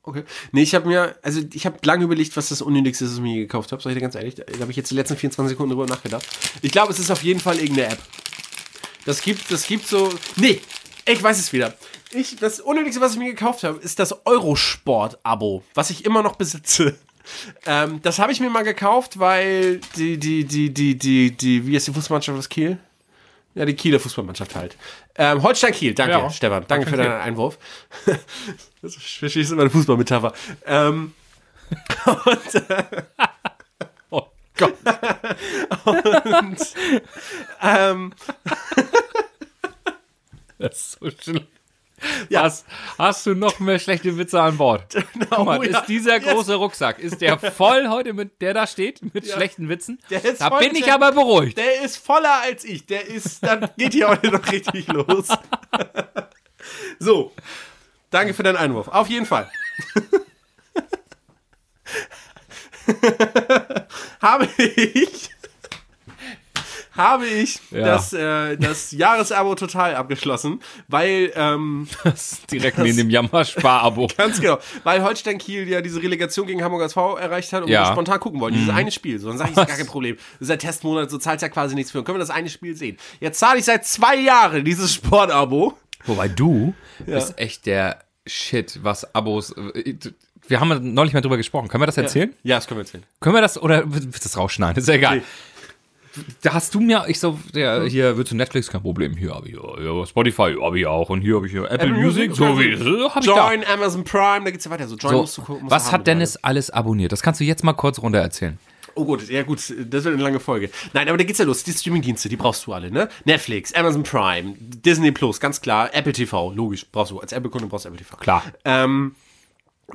S1: Okay. Nee, ich habe mir, also ich habe lange überlegt, was das unnötigste ist, was ich mir gekauft habe. Sag ich dir ganz ehrlich, da habe ich jetzt die letzten 24 Sekunden drüber nachgedacht. Ich glaube, es ist auf jeden Fall irgendeine App. Das gibt, das gibt so. Nee, ich weiß es wieder. Ich, das unnötigste, was ich mir gekauft habe, ist das Eurosport-Abo, was ich immer noch besitze. Ähm, das habe ich mir mal gekauft, weil die, die, die, die, die, die, wie ist die Fußballmannschaft aus Kiel? Ja, die Kieler Fußballmannschaft halt. Ähm, Holstein Kiel, danke,
S2: Ja.
S1: Stefan. Danke für deinen Einwurf. das ist immer eine Fußballmetapher. Ähm, und, äh,
S2: Oh Gott.
S1: ähm,
S2: Das ist so schlimm.
S1: Ja.
S2: Hast, hast du noch mehr schlechte Witze an Bord? Guck mal,
S1: oh ja.
S2: ist dieser große Rucksack, ist der voll heute mit, der da steht, mit schlechten Witzen?
S1: Der ist
S2: da
S1: heute-
S2: bin ich aber beruhigt.
S1: Der ist voller als ich. Der ist, dann geht hier heute noch richtig los. so, danke für deinen Einwurf. Auf jeden Fall. habe ich, habe ich
S2: Ja.
S1: das, äh, das Jahresabo total abgeschlossen, weil ähm,
S2: Direkt neben dem Jammer-Spar-Abo.
S1: Ganz genau. Weil Holstein Kiel ja diese Relegation gegen Hamburg SV erreicht hat und
S2: Ja. Mhm.
S1: wir spontan gucken wollen. Dieses eine Spiel. So, dann sage ich, ist gar kein Problem. Das ist ja Testmonat, so zahlt's ja quasi nichts für. Dann können wir das eine Spiel sehen. Jetzt zahle ich seit zwei Jahren dieses Sportabo.
S2: Wobei du bist echt der Shit, was Abos. Wir haben neulich mal drüber gesprochen. Können wir das erzählen?
S1: Ja, das können wir erzählen.
S2: Können wir das oder wird das rausschneiden? Ist ja egal.
S1: Nee.
S2: Da hast du mir, ich so, ja, hier willst du Netflix, kein Problem. Hier habe ich ja, ja, Spotify, habe ich auch. Und hier habe ich ja, Apple, Music, so wie so habe ich da.
S1: also Join, Amazon Prime, da geht's ja weiter. So, Join
S2: So,
S1: musst du gucken. musst du
S2: was
S1: haben
S2: hat Dennis alles abonniert? Das kannst du jetzt mal kurz runter erzählen.
S1: Oh gut, ja gut, das wird eine lange Folge. Nein, aber da geht's ja los. Die Streamingdienste, die brauchst du alle, ne? Netflix, Amazon Prime, Disney Plus, ganz klar. Apple TV, logisch, brauchst du. Als Apple-Kunde brauchst du Apple TV.
S2: Klar.
S1: Ähm,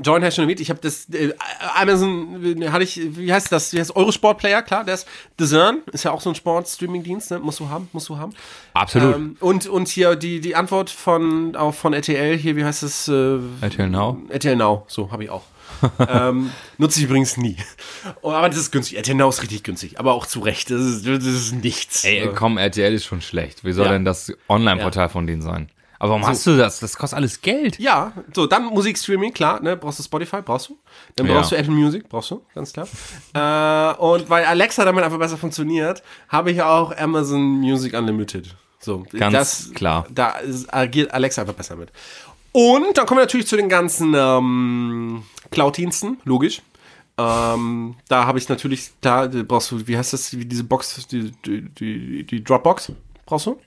S1: John hast du schon erwähnt, ich habe das äh, Amazon, äh, hatte ich, wie heißt das, wie heißt Eurosport Player, klar, der ist DAZN, ist ja auch so ein Sport-Streaming-Dienst, ne? musst du haben, musst du haben.
S2: Absolut.
S1: Ähm, und, und hier die, die Antwort von, auch von RTL, hier, wie heißt es, äh,
S2: RTL Now.
S1: RTL Now, so habe ich auch. ähm, nutze ich übrigens nie. Oh, aber das ist günstig. RTL Now ist richtig günstig, aber auch zu Recht. Das ist, das ist nichts.
S2: Ey, komm, RTL ist schon schlecht. Wie soll
S1: Äh, Ja.
S2: denn das Online-Portal von denen sein? Aber warum hast du das? Das kostet alles Geld.
S1: Ja, so, dann Musikstreaming, klar, ne? Brauchst du Spotify, brauchst du. Dann
S2: Ja.
S1: brauchst du Apple Music, brauchst du, ganz klar. äh, und weil Alexa damit einfach besser funktioniert, habe ich auch Amazon Music Unlimited. So,
S2: Ganz klar.
S1: Da ist, agiert Alexa einfach besser mit. Und dann kommen wir natürlich zu den ganzen ähm, Cloud-Diensten, logisch. Ähm, da habe ich natürlich, da brauchst du, wie heißt das, wie diese Box, die, die, die, die Dropbox brauchst du.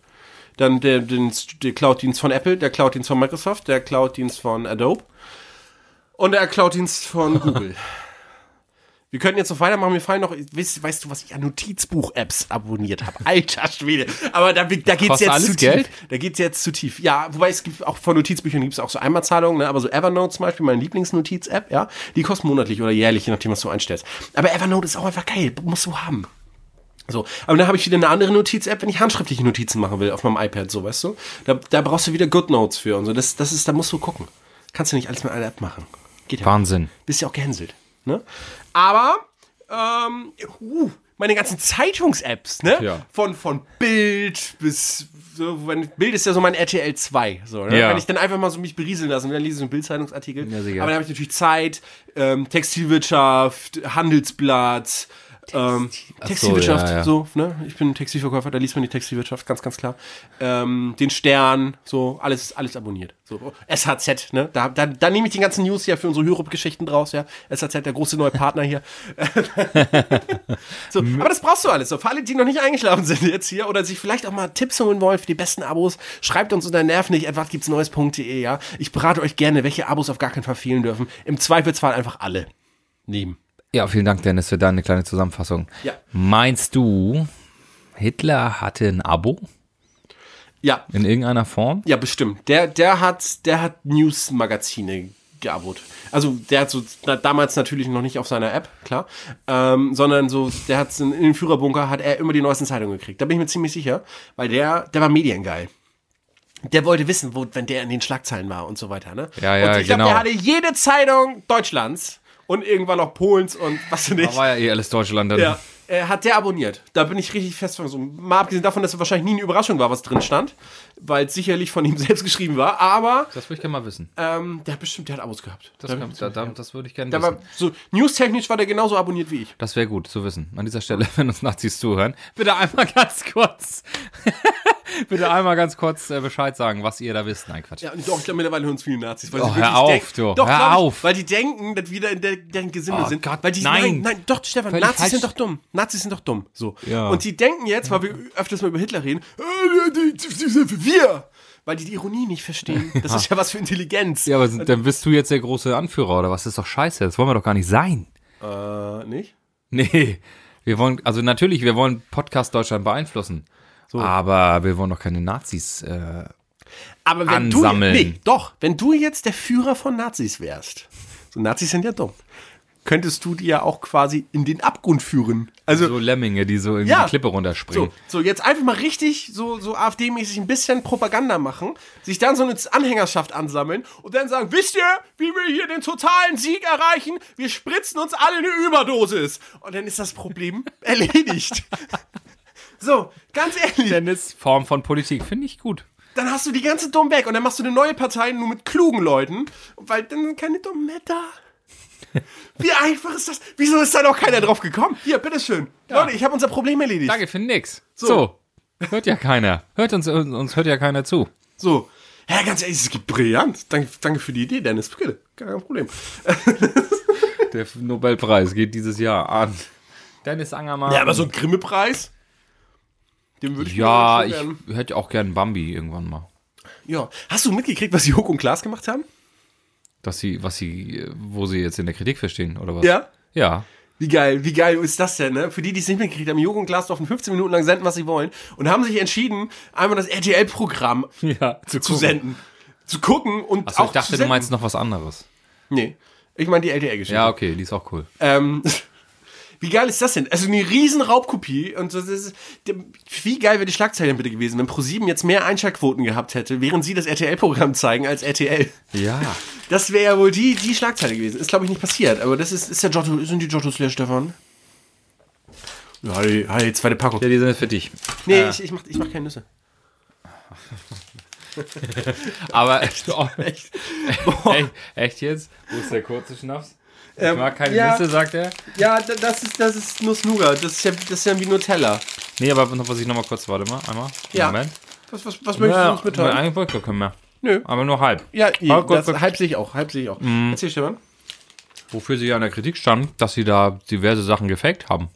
S1: Dann der, den, der Cloud-Dienst von Apple, der Cloud-Dienst von Microsoft, der Cloud-Dienst von Adobe und der Cloud-Dienst von Google. Wir könnten jetzt noch weitermachen. Mir fallen noch, weißt, weißt du, was ich an Notizbuch-Apps abonniert habe? Alter Schwede. Aber da, da geht's
S2: Kostet
S1: jetzt
S2: alles
S1: zu
S2: Geld?
S1: tief. Da geht's jetzt zu tief. Ja, wobei es gibt auch von Notizbüchern gibt's auch so Einmalzahlungen, ne? aber so Evernote zum Beispiel, meine Lieblingsnotiz-App, ja, die kostet monatlich oder jährlich, je nachdem, was du einstellst. Aber Evernote ist auch einfach geil. Musst du haben. So, aber dann habe ich wieder eine andere Notiz-App, wenn ich handschriftliche Notizen machen will auf meinem iPad, so, weißt du? Da, da brauchst du wieder GoodNotes für und so. Das, das ist, da musst du gucken. Kannst du nicht alles mit einer App machen. Geht ja.
S2: Wahnsinn.
S1: Bist ja auch gehänselt, ne? Aber, ähm, uh, meine ganzen Zeitungs-Apps, ne?
S2: Ja.
S1: Von, von Bild bis, so, wenn, Bild ist ja so mein RTL 2, so, ne?
S2: Ja.
S1: Wenn ich dann einfach mal so mich berieseln lasse und dann lese ich so einen Bild-Zeitungsartikel.
S2: Ja, sicher.
S1: aber dann habe ich natürlich Zeit, ähm, Textilwirtschaft, Handelsblatt, ähm,
S2: Ach so,
S1: Textilwirtschaft,
S2: ja, ja.
S1: so, ne? Ich bin Textilverkäufer, da liest man die Textilwirtschaft, ganz, ganz klar. Ähm, den Stern, so, alles, alles abonniert. So, SHZ, ne? Da, da, da nehme ich den ganzen News ja für unsere Hyrop-Geschichten draus, ja. SHZ, der große neue Partner hier. so, aber das brauchst du alles. So, für alle, die noch nicht eingeschlafen sind jetzt hier oder sich vielleicht auch mal Tipps holen wollen für die besten Abos, schreibt uns unter nerv nicht, etwas gibt's neues.de, ja. Ich berate euch gerne, welche Abos auf gar keinen Fall fehlen dürfen. Im Zweifelsfall einfach alle nehmen.
S2: Ja, vielen Dank, Dennis, für deine kleine Zusammenfassung.
S1: Ja.
S2: Meinst du, Hitler hatte ein Abo
S1: Ja,
S2: in irgendeiner Form?
S1: Ja, bestimmt. Der, der hat, der hat News-Magazine geabot. Also der hat so na, damals natürlich noch nicht auf seiner App, klar, ähm, sondern so, der hat in, in den Führerbunker hat er immer die neuesten Zeitungen gekriegt. Da bin ich mir ziemlich sicher, weil der, der war mediengeil. Der wollte wissen, wo, wenn der in den Schlagzeilen war und so weiter, ne?
S2: Ja, ja,
S1: und ich glaub,
S2: genau.
S1: Der hatte jede Zeitung Deutschlands und irgendwann auch Polens und was du nicht.
S2: Da war ja eh alles Deutschland dann.
S1: Ja. äh, hat der abonniert. Da bin ich richtig fest von so. Mal abgesehen davon, dass es wahrscheinlich nie eine Überraschung war, was drin stand, weil es sicherlich von ihm selbst geschrieben war. Aber
S2: Das würde ich gerne mal wissen.
S1: ähm, der hat bestimmt, der hat Abos gehabt.
S2: Das, kann, da, da, das würde ich gerne
S1: Der
S2: wissen.
S1: war, so newstechnisch war der genauso abonniert wie ich.
S2: Das wäre gut zu wissen. An dieser Stelle, wenn uns Nazis zuhören, bitte einmal ganz kurz, bitte einmal ganz kurz äh, Bescheid sagen, was ihr da wisst. Nein, Quatsch.
S1: Ja, und doch, ich glaube, mittlerweile hören es viele Nazis. Weil
S2: Oh, hör auf,
S1: denken-
S2: du.
S1: Doch,
S2: Hör
S1: glaub ich,
S2: auf.
S1: Weil die denken, dass wir da in der, deren Gesinne
S2: Oh
S1: sind.
S2: Gott,
S1: weil die,
S2: nein.
S1: nein, doch, Stefan,
S2: Völlig
S1: Nazis sind doch
S2: falsch.
S1: dumm. Nazis sind doch dumm. So.
S2: Ja.
S1: Und die denken jetzt, weil wir öfters mal über Hitler reden, äh, die- die- die- wir, weil die die Ironie nicht verstehen. Das ist ja was für Intelligenz.
S2: Ja, aber sind- dann bist du jetzt der große Anführer oder was? Das ist doch scheiße. Das wollen wir doch gar nicht sein.
S1: Äh, nicht?
S2: Nee. Wir wollen, also natürlich, wir wollen Podcast Deutschland beeinflussen. Aber wir wollen doch keine Nazis. Äh,
S1: Aber wenn
S2: Ansammeln.
S1: du, nee, doch, wenn du jetzt der Führer von Nazis wärst, so Nazis sind ja dumm, könntest du die ja auch quasi in den Abgrund führen. Also,
S2: so Lemminge, die so in
S1: Ja.
S2: die Klippe runterspringen.
S1: So, so, jetzt einfach mal richtig so, so AfD-mäßig ein bisschen Propaganda machen, sich dann so eine Anhängerschaft ansammeln und dann sagen, wisst ihr, wie wir hier den totalen Sieg erreichen? Wir spritzen uns alle eine Überdosis. Und dann ist das Problem erledigt. So, ganz ehrlich,
S2: Dennis, Form von Politik finde ich gut.
S1: dann hast du die ganze Dumm weg und dann machst du eine neue Partei nur mit klugen Leuten, weil dann sind keine Dummen mehr da. Wie einfach ist das? Wieso ist da noch keiner drauf gekommen? Hier, bitteschön. Leute, ich habe unser Problem erledigt.
S2: Danke für nix. So. Hört ja keiner. Hört uns, uns hört ja keiner zu.
S1: So. Ja, ganz ehrlich, es ist brillant. Danke, danke für die Idee, Dennis. Bitte, gar kein Problem. Äh,
S2: Der Nobelpreis geht dieses Jahr an. Dennis Angermann.
S1: Ja, aber so ein Grimme-Preis, dem würde ich mir
S2: Ja,
S1: schon
S2: ich
S1: gern-
S2: hätte auch gern Bambi irgendwann mal.
S1: ja. Hast du mitgekriegt, was Joko und Klaas gemacht haben?
S2: Dass sie, was sie, äh, wo sie jetzt in der Kritik verstehen, oder was?
S1: Ja.
S2: Ja.
S1: Wie geil, wie geil ist das denn, ne? Für die, die es nicht mitgekriegt haben, Joko und Klaas dürfen 15 Minuten lang senden, was sie wollen. Und haben sich entschieden, einmal das RTL-Programm
S2: Ja, zu,
S1: zu senden. Zu gucken und
S2: Achso,
S1: auch
S2: ich
S1: zu
S2: dachte, du
S1: senden.
S2: meinst noch was anderes.
S1: Nee, ich meine die RTL-Geschichte.
S2: Ja, okay, die ist auch cool.
S1: Ähm, wie geil ist das denn? Also eine riesen Raubkopie und das ist, wie geil wäre die Schlagzeile denn bitte gewesen, wenn ProSieben jetzt mehr Einschaltquoten gehabt hätte, während sie das RTL-Programm zeigen als RTL.
S2: Ja.
S1: Das wäre ja wohl die, die Schlagzeile gewesen. Ist glaube ich nicht passiert, aber das ist, ist der Giotto, sind die Giottos leer, Stefan? Ja, die, ah, die zweite Packung.
S2: Ja, die sind jetzt für dich.
S1: Nee, ich, ich, mach, ich mach keine Nüsse.
S2: Aber echt, echt, echt, jetzt? Wo ist der kurze Schnaps? Ich mag keine
S1: ja.
S2: Nüsse, sagt er.
S1: Ähm, Ja, da- das ist, das ist Nuss Nougat. Das ist ja, das ist ja wie Nutella.
S2: Nee, aber noch, was ich nochmal kurz, warte mal, einmal.
S1: Ja.
S2: Moment.
S1: Was, was, was möchtest du uns mitteilen?
S2: Eigentlich wollte ich gar keinen mehr.
S1: Nö.
S2: Aber nur halb.
S1: Ja,
S2: Aber kurz,
S1: das, halb sehe ich auch, halb sehe ich auch. Erzähl, Stefan.
S2: Wofür sie ja an der Kritik standen, dass sie da diverse Sachen gefaked haben.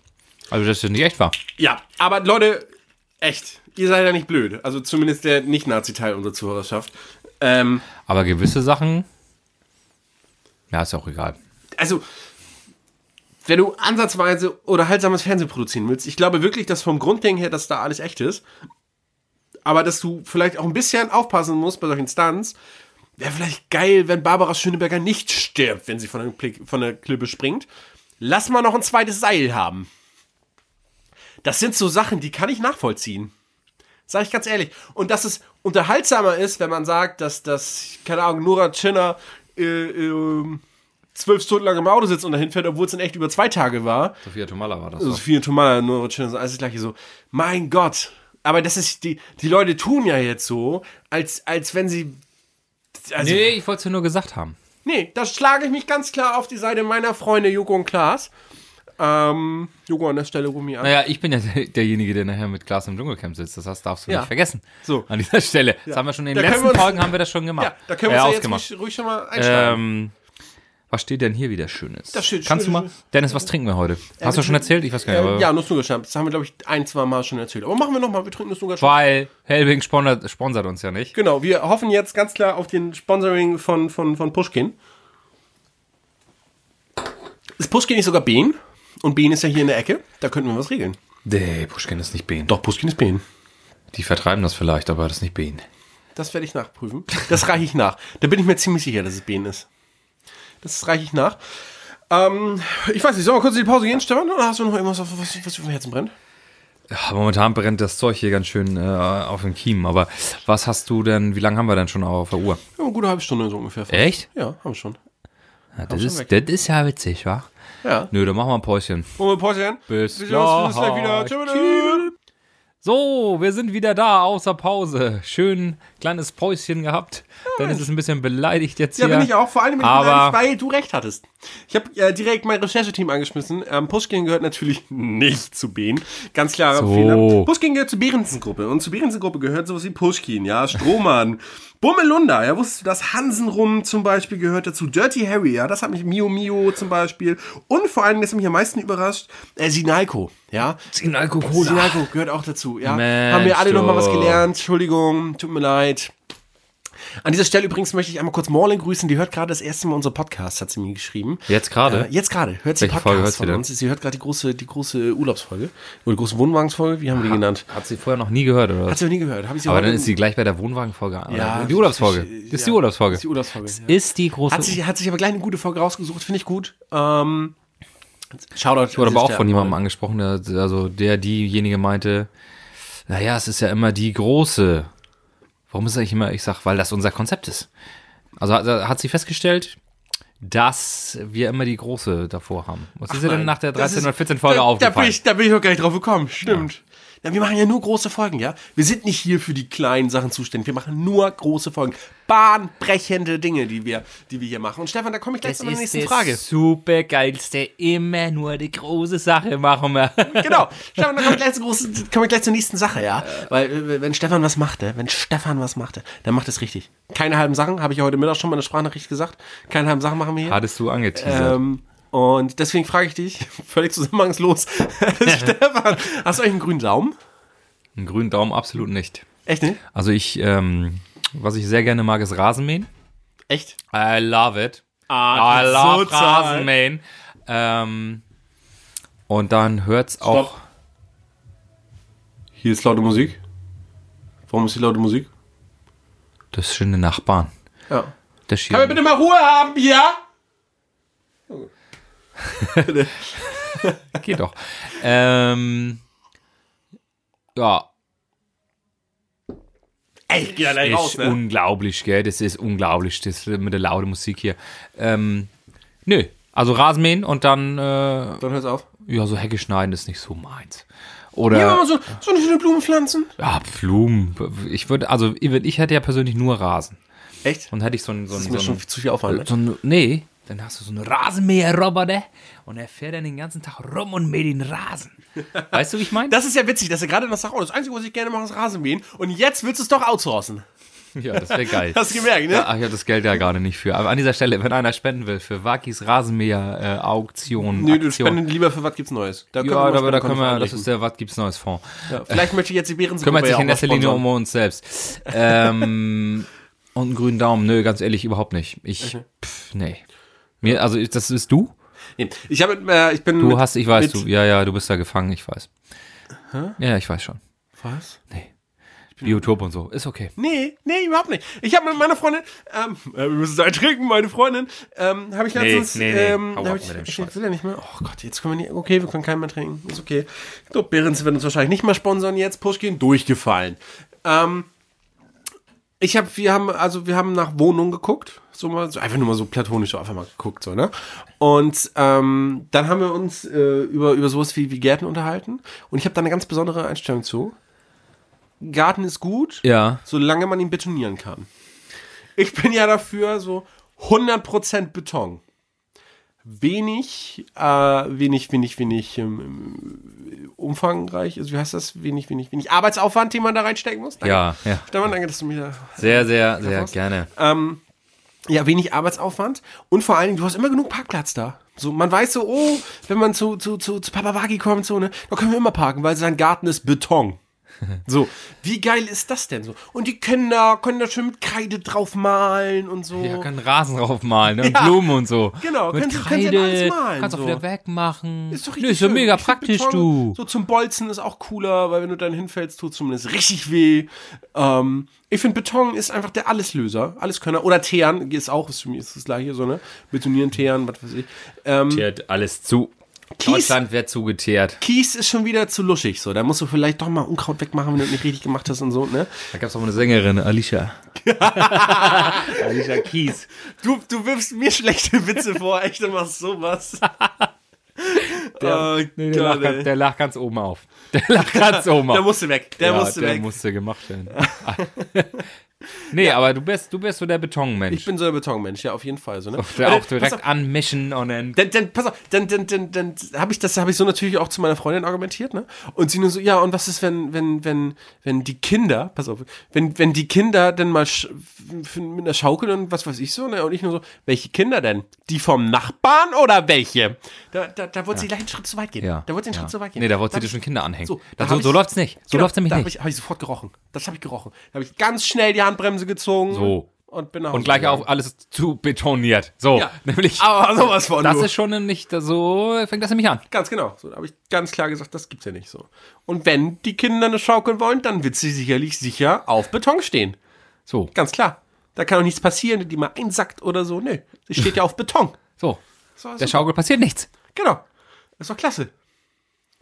S2: Also, dass das nicht echt war.
S1: Ja, aber Leute, echt, ihr seid ja nicht blöd. Also zumindest der Nicht-Nazi-Teil unserer Zuhörerschaft. Ähm,
S2: Aber gewisse Sachen. Ja, ist auch egal.
S1: also, wenn du ansatzweise oder haltsames Fernsehen produzieren willst, ich glaube wirklich, dass vom Grundding her, dass da alles echt ist, aber dass du vielleicht auch ein bisschen aufpassen musst bei solchen Stunts, wäre vielleicht geil, wenn Barbara Schöneberger nicht stirbt, wenn sie von der, Klick- von der Klippe springt. Lass mal noch ein zweites Seil haben. Das sind so Sachen, die kann ich nachvollziehen. Sag ich ganz ehrlich. Und dass es unterhaltsamer ist, wenn man sagt, dass, dass keine Ahnung, Nora Tschirner äh, ähm, zwölf Stunden lang im Auto sitzt und dahin fährt, obwohl es dann echt über zwei Tage war.
S2: Sophia Tomala war das.
S1: So viele Tomala, Nora Tschirner, so alles das gleiche so. Mein Gott. Aber das ist, die, die Leute tun ja jetzt so, als, als wenn sie. Also,
S2: Nee, ich wollte es ja nur gesagt haben.
S1: Nee, da schlage ich mich ganz klar auf die Seite meiner Freunde Joko und Klaas. Ähm, Joko an der Stelle Gummi an.
S2: Naja, ich bin ja der- derjenige, der nachher mit Glas im Dschungelcamp sitzt. Das heißt, darfst du
S1: Ja.
S2: nicht vergessen.
S1: So.
S2: An dieser Stelle. Das haben wir schon in
S1: Da
S2: den
S1: können
S2: letzten
S1: wir uns-
S2: Folgen haben wir das schon gemacht.
S1: Ja, da können wir uns ja
S2: Äh,
S1: jetzt
S2: ausgemacht.
S1: ruhig, ruhig schon mal einschreiben.
S2: Ähm, was steht denn hier wieder Schönes?
S1: Das steht
S2: Kannst du mal,
S1: Schönes.
S2: Dennis, was trinken wir heute? Hast du schon erzählt? Ich weiß gar nicht.
S1: Äh,
S2: aber-
S1: ja, Nussnugelschnaps. Das haben wir, glaube ich, ein, zwei Mal schon erzählt. Aber machen wir nochmal. Wir trinken Nussnugelschnaps.
S2: Weil Helbing sponsert, sponsert uns ja nicht.
S1: Genau, wir hoffen jetzt ganz klar auf den Sponsoring von, von, von Pushkin. Ist Pushkin nicht sogar Behn? Und Behn ist ja hier in der Ecke. Da könnten wir was regeln.
S2: Nee, Pushkin ist nicht Behn. Doch.
S1: Doch, Pushkin ist Behn.
S2: Die vertreiben das vielleicht, aber das ist nicht Behn.
S1: Das werde ich nachprüfen. Das reiche ich nach. Da bin ich mir ziemlich sicher, dass es Behn ist. Das reiche ich nach. Ähm, ich weiß nicht, sollen wir kurz in die Pause gehen, Stefan? Oder hast du noch irgendwas, was, was, was dir vom Herzen brennt?
S2: Ja, momentan brennt das Zeug hier ganz schön äh, auf den Kiemen. Aber was hast du denn, wie lange haben wir denn schon auf der Uhr?
S1: Ja, eine gute halbe Stunde so ungefähr.
S2: Echt?
S1: Ja, haben wir schon.
S2: Ja, das, ist, das ist ja witzig, wa?
S1: Ja.
S2: Nö, dann machen wir ein Päuschen.
S1: Moment, Päuschen.
S2: Bis
S1: Wir sehen uns gleich wieder.
S2: gleich.
S1: Tschüss.
S2: So, wir sind wieder da, außer Pause. Schön kleines Päuschen gehabt. Dennis ist ein bisschen beleidigt jetzt
S1: Ja,
S2: hier.
S1: bin ich auch. Vor allem bin ich
S2: Aber-
S1: beleidigt, weil du recht hattest. Ich habe äh, direkt mein Rechercheteam angeschmissen. Ähm, Pushkin gehört natürlich nicht zu Behn. Ganz klarer
S2: So.
S1: Fehler. Pushkin gehört zur Behrensen-Gruppe. Und zur Behrensen-Gruppe gehört sowas wie Pushkin, ja, Strohmann. Bummelunda, ja, wusstest du das? Hansenrum zum Beispiel gehört dazu. Dirty Harry, ja, das hat mich Mio Mio zum Beispiel. Und vor allem, das hat mich am meisten überrascht, äh, Sinalco, ja.
S2: In Alkohol.
S1: Sinalco gehört auch dazu, ja.
S2: Mensch,
S1: Haben wir alle nochmal was
S2: du.
S1: gelernt. Entschuldigung, tut mir leid. An dieser Stelle übrigens möchte ich einmal kurz Morlin grüßen. Die hört gerade das erste Mal unseren Podcast, hat sie mir geschrieben.
S2: Jetzt gerade?
S1: Äh, jetzt gerade. Hört sie
S2: Welche
S1: Podcast
S2: Folge hört sie
S1: von
S2: denn?
S1: uns. Sie hört gerade die große, die große Urlaubsfolge. Oder die große Wohnwagensfolge. Wie haben wir die genannt?
S2: Hat sie vorher noch nie gehört, oder?
S1: Hat
S2: was?
S1: sie noch nie gehört. Hab ich sie
S2: Aber
S1: heute-
S2: dann ist sie gleich bei der Wohnwagenfolge. an.
S1: Ja,
S2: die Urlaubsfolge.
S1: ich-
S2: Das ist
S1: ja,
S2: die Urlaubsfolge.
S1: das ist die Urlaubsfolge,
S2: Das
S1: ja.
S2: ist die große.
S1: hat, sich, hat sich aber gleich eine gute Folge rausgesucht. Finde ich gut. Ähm, Shoutout.
S2: Ich wurde aber auch von jemandem angesprochen, der, also der diejenige meinte, naja, es ist ja immer die große. Warum ist eigentlich immer, ich sag, weil das unser Konzept ist. Also hat, hat sie festgestellt, dass wir immer die große davor haben. Was ist ihr denn nach der 13 oder 14 Folge
S1: da, Da bin,
S2: aufgefallen?
S1: ich, da bin ich noch gar nicht drauf gekommen, stimmt. Ja, wir machen ja nur große Folgen, ja? Wir sind nicht hier für die kleinen Sachen zuständig. Wir machen nur große Folgen. Bahnbrechende Dinge, die wir, die wir hier machen. Und Stefan, da komme ich gleich zu meiner nächsten Frage.
S2: super geilste, immer nur die große Sache machen wir.
S1: Genau. Stefan, da komme ich, gleich zur großen- komme ich gleich zur nächsten Sache, ja? Weil, äh, wenn Stefan was macht, ne? wenn Stefan was macht, ne, dann macht es richtig. Keine halben Sachen, habe ich ja heute Mittag schon mal eine Sprachnachricht gesagt. Keine halben Sachen machen wir hier.
S2: Hattest du angeteasert.
S1: Ähm, und deswegen frage ich dich, völlig zusammenhangslos, Stefan, hast du eigentlich einen grünen Daumen?
S2: Einen grünen Daumen absolut nicht.
S1: Echt nicht?
S2: Also ich, ähm, was ich sehr gerne mag, ist Rasenmähen.
S1: Echt?
S2: I love it.
S1: Ah,
S2: I love
S1: so
S2: Rasenmähen. Ähm, und dann hört's auch.
S1: Hier ist laute Musik. Warum ist hier laute Musik?
S2: Das schöne Nachbarn.
S1: Ja.
S2: Das
S1: Kann wir
S2: hier.
S1: bitte mal Ruhe haben, ja?
S2: Geht doch. Ähm, ja,
S1: Ey, ich geh da gleich
S2: ist
S1: raus, ne?
S2: unglaublich, gell? Das ist unglaublich, das mit der lauten Musik hier. Ähm, nö, also Rasenmähen und dann, äh,
S1: Dann hört's auf.
S2: ja, so Hecke schneiden ist nicht so meins.
S1: Ja,
S2: Oder,
S1: aber so, so eine schöne Blumen pflanzen.
S2: ja, Blumen. Ich würde, also, ich würd- ich hätte ja persönlich nur Rasen.
S1: Echt?
S2: Und hätte ich so ein, so ein,
S1: Das ist
S2: so
S1: mir
S2: ein
S1: schon zu viel Aufwand, ne?
S2: So ein, nee, dann hast du so einen Rasenmäher-Roboter und er fährt dann den ganzen Tag rum und mäht den Rasen. Weißt du, wie ich meine?
S1: Das ist ja witzig, dass er gerade noch sagt, oh, das Einzige, was ich gerne mache, ist Rasenmähen. Und jetzt willst du es doch outsourcen.
S2: Ja, das wäre geil.
S1: Hast du gemerkt, ne?
S2: Ja, ich habe das Geld ja gerade nicht für. Aber an dieser Stelle, wenn einer spenden will für Wakis Rasenmäher-Auktion,
S1: Nee, du
S2: Aktion,
S1: spendest lieber für was gibt's Neues. Da
S2: ja,
S1: was
S2: aber da
S1: spenden,
S2: können wir, das
S1: veröffentlichen.
S2: ist der Was gibt's Neues Fonds.
S1: ja, Vielleicht möchte ich jetzt die Bärensuppe
S2: Kümmert sich
S1: ja
S2: in
S1: auch mal
S2: erster Linie
S1: sponsern.
S2: um uns selbst. Ähm, und einen grünen Daumen. Nö, ganz ehrlich, überhaupt nicht. Ich, pff, nee. Mir, also, ich- das ist du?
S1: Nee, Ich, hab, mit- äh, um- ich bin
S2: Du
S1: mit,
S2: hast, ich weiß,
S1: mit,
S2: du, ja, ja, du bist da gefangen, ich weiß. Ja, ich weiß schon.
S1: Was? Hm.
S2: Biotop und so, ist okay.
S1: Nee, nee, überhaupt nicht. Ich habe mit meiner Freundin, ähm, äh, wir müssen es trinken, meine Freundin, ähm, habe ich letztens,
S2: nee, nee,
S1: ähm,
S2: hau
S1: hab
S2: ab
S1: ich,
S2: mit dem
S1: ich
S2: Scheiß.
S1: will ja nicht mehr, oh Gott, jetzt können wir nicht, okay, wir können keinen mehr trinken, ist okay. So, Behrens wird uns wahrscheinlich nicht mehr sponsern jetzt, Pushkin, durchgefallen. Ähm, ich habe, wir haben, also wir haben nach Wohnungen geguckt, so mal, so einfach nur mal so platonisch so einfach mal geguckt, so, ne? Und ähm, dann haben wir uns äh, über, über sowas wie, wie Gärten unterhalten und ich habe da eine ganz besondere Einstellung zu. Garten ist gut,
S2: Ja.
S1: solange man ihn betonieren kann. Ich bin ja dafür so 100% Beton. Wenig, äh, wenig, wenig, wenig ähm, umfangreich, also wie heißt das? Wenig, wenig, wenig Arbeitsaufwand, den man da reinstecken muss. Danke.
S2: Ja, ja.
S1: Stefan, danke, dass du mir da
S2: Sehr, sehr, sehr
S1: Klaus?
S2: gerne.
S1: ja, wenig Arbeitsaufwand und vor allen Dingen, du hast immer genug Parkplatz da. So, man weiß so, oh, wenn man zu, zu, zu, zu Papa Wagi kommt, so, ne, da können wir immer parken, weil sein Garten ist Beton. So, wie geil ist das denn so? Und die Kinder können da schön mit Kreide drauf malen und so.
S2: Ja, kann Rasen draufmalen ne? und
S1: Ja.
S2: Blumen und so.
S1: Genau,
S2: Mit
S1: kannst du- kannst
S2: Kreide,
S1: ja alles malen,
S2: kannst
S1: so.
S2: auch wieder wegmachen.
S1: ist doch
S2: Nö,
S1: richtig
S2: ist so
S1: schön.
S2: mega
S1: Ich find
S2: praktisch,
S1: Beton
S2: du.
S1: So zum Bolzen ist auch cooler, weil wenn du dann hinfällst, tut zumindest richtig weh. Ähm, ich finde, Beton ist einfach der Alleslöser, Alleskönner. Oder Teeren ist auch, ist für mich ist das gleiche, so, ne? Betonieren, Teeren, was weiß ich. Ähm,
S2: Teert alles zu. Deutschland wird zugeteert.
S1: Kies ist schon wieder zu luschig, so. Da musst du vielleicht doch mal Unkraut wegmachen, wenn du das nicht richtig gemacht hast und so, ne?
S2: Da gab es auch mal eine Sängerin, Alicia. Alicia Keys.
S1: Du, du wirfst mir schlechte Witze vor, echt, und machst sowas.
S2: Der,
S1: oh,
S2: nee, der,
S1: Gott,
S2: lag,
S1: ey.
S2: ganz- der lag ganz oben auf. Der lag ganz oben auf.
S1: Der musste weg. Der
S2: ja,
S1: musste
S2: der
S1: weg.
S2: musste gemacht werden. nee, aber du bist, du bist so der
S1: ich
S2: Betonmensch.
S1: bin so ein Betonmensch, ja, auf jeden Fall. So, ne?
S2: Der
S1: Aber
S2: auch
S1: dann-
S2: direkt
S1: pass auf,
S2: anmischen und dann.
S1: Dann, dann, pass auf, dann, dann, dann, dann habe ich das, habe ich so natürlich auch zu meiner Freundin argumentiert, ne? Und sie nur so, ja, und was ist, wenn, wenn, wenn, wenn die Kinder, pass auf, wenn, wenn die Kinder dann mal sch, f- mit einer Schaukel und was weiß ich so, ne? Und ich nur so, welche Kinder denn? Die vom Nachbarn oder welche? Da, da, da wollte sie gleich einen Schritt zu weit gehen.
S2: Ja.
S1: Da wollte sie einen
S2: ja.
S1: Schritt zu weit gehen.
S2: Nee, da wollte sie
S1: hab
S2: dir
S1: ich-
S2: schon Kinder anhängen.
S1: So,
S2: So,
S1: da
S2: so,
S1: hab
S2: so
S1: ich-
S2: läuft's nicht. So
S1: Genau,
S2: läuft's nämlich
S1: da
S2: nicht.
S1: Hab ich, hab ich sofort gerochen. Das habe ich gerochen. Da habe ich ganz schnell die Handbremse gezogen.
S2: So.
S1: Und bin nach Hause
S2: und gleich
S1: gegangen.
S2: auch alles zu betoniert. So,
S1: Ja.
S2: nämlich.
S1: Aber sowas von.
S2: Das
S1: du.
S2: ist schon nämlich so, fängt das nämlich an.
S1: Ganz genau. So, da habe ich ganz klar gesagt, das gibt's ja nicht so. Und wenn die Kinder eine Schaukel wollen, dann wird sie sicherlich sicher auf Beton stehen.
S2: So,
S1: Ganz klar. Da kann auch nichts passieren, wenn die mal einsackt oder so. Nö. Sie steht ja auf Beton.
S2: so.
S1: Das war
S2: Der
S1: super.
S2: Schaukel passiert nichts.
S1: Genau. Das war klasse.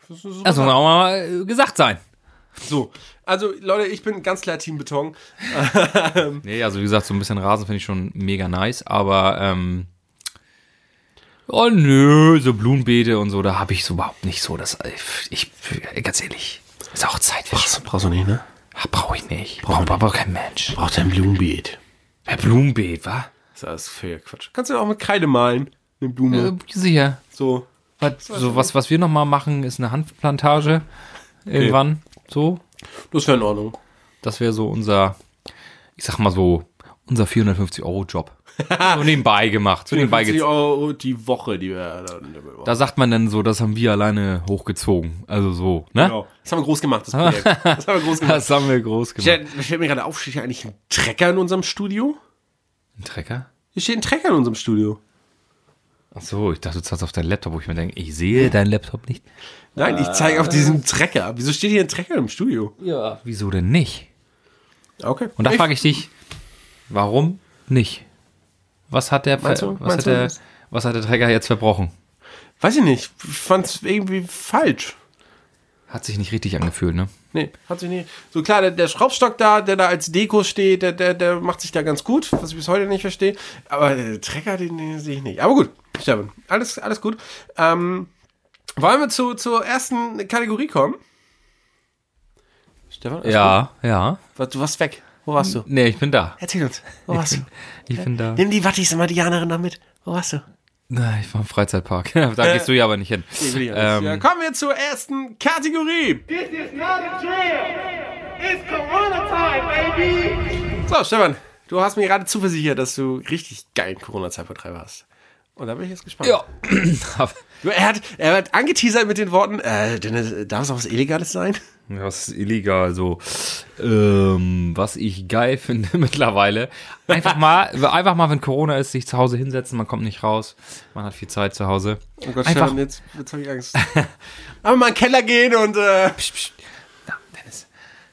S1: Das ist eine super
S2: Das muss
S1: Sache.
S2: auch mal äh, gesagt sein.
S1: so. Also, Leute, ich bin ganz klar Team Beton.
S2: Nee, also wie gesagt, so ein bisschen Rasen finde ich schon mega nice, aber ähm, oh nö, so Blumenbeete und so, da habe ich so überhaupt nicht so das. äh, Ich, ganz ehrlich, ist auch Zeit.
S1: brauchst du nicht, ne?
S2: Brauche ich nicht. Braucht brauch kein Mensch.
S1: Braucht ein Blumenbeet.
S2: Wer Blumenbeet, wa?
S1: Das ist für Quatsch. Kannst du ja auch mit Kreide malen. Eine Blume.
S2: Äh, sicher.
S1: So.
S2: Was, so was, was wir nochmal machen, ist eine Hanfplantage. Irgendwann. So.
S1: Das wäre in Ordnung.
S2: Das wäre so unser, ich sag mal so, unser 450-Euro-Job. so nebenbei gemacht. So nebenbei gezogen.
S1: 50 Euro die Woche, die wir dann
S2: Da sagt man dann so, das haben wir alleine hochgezogen. Also so, ne?
S1: Genau. Das haben wir groß gemacht, das Projekt. Das haben wir groß gemacht.
S2: Das haben wir groß
S1: Ich
S2: gemacht.
S1: stell- Ich stelle mir gerade auf, steht hier eigentlich ein Trecker in unserem Studio?
S2: Ein Trecker?
S1: Hier steht ein Trecker in unserem Studio.
S2: Ach so, ich dachte, du zahlst auf deinen Laptop, wo ich mir denke, ich sehe deinen Laptop nicht.
S1: Nein, ich zeige auf diesen Trecker. Wieso steht hier ein Trecker im Studio?
S2: Ja. Wieso denn nicht?
S1: Okay.
S2: Und da frage ich dich, warum nicht? Was hat der, ver-
S1: Meinst du-
S2: was,
S1: meinst
S2: hat
S1: du
S2: der
S1: das?
S2: was hat der Trecker jetzt verbrochen?
S1: Weiß ich nicht. Ich fand's irgendwie falsch.
S2: Hat sich nicht richtig angefühlt, ne?
S1: Nee, hat sich nicht. So klar, der, der Schraubstock da, der da als Deko steht, der, der, der macht sich da ganz gut, was ich bis heute nicht verstehe. Aber äh, Trecker, den, den sehe ich nicht. Aber gut, Stefan, alles, alles gut. Ähm, wollen wir zu, zur ersten Kategorie kommen? Stefan? alles
S2: Ja, ja.
S1: gut? Was- Du warst weg. Wo warst du?
S2: Nee, ich bin da.
S1: Erzähl uns. Wo warst du?
S2: Ich bin da.
S1: Nimm die Wattis immer die Janerin da mit. Wo warst du?
S2: Na, ich war im Freizeitpark. da gehst du ja aber nicht hin. Ähm,
S1: ja, kommen wir zur ersten Kategorie.
S4: This is not a drill. It's Corona time, baby.
S1: So, Stefan, du hast mir gerade zuversichert, dass du richtig geilen Corona-Zeitvertreib hast. Und da bin ich jetzt gespannt.
S2: Ähm, ja.
S1: Du, er, hat, er hat angeteasert mit den Worten, äh, Dennis, äh, darf es auch was Illegales sein?
S2: Ja, Was ist illegal? So, ähm, was ich geil finde mittlerweile. Einfach mal, einfach mal, wenn Corona ist, sich zu Hause hinsetzen, man kommt nicht raus, man hat viel Zeit zu Hause.
S1: Oh Gott,
S2: einfach,
S1: Stefan, jetzt, jetzt habe ich Angst. Aber mal in den Keller gehen und äh,
S2: psch, psch, na, Dennis.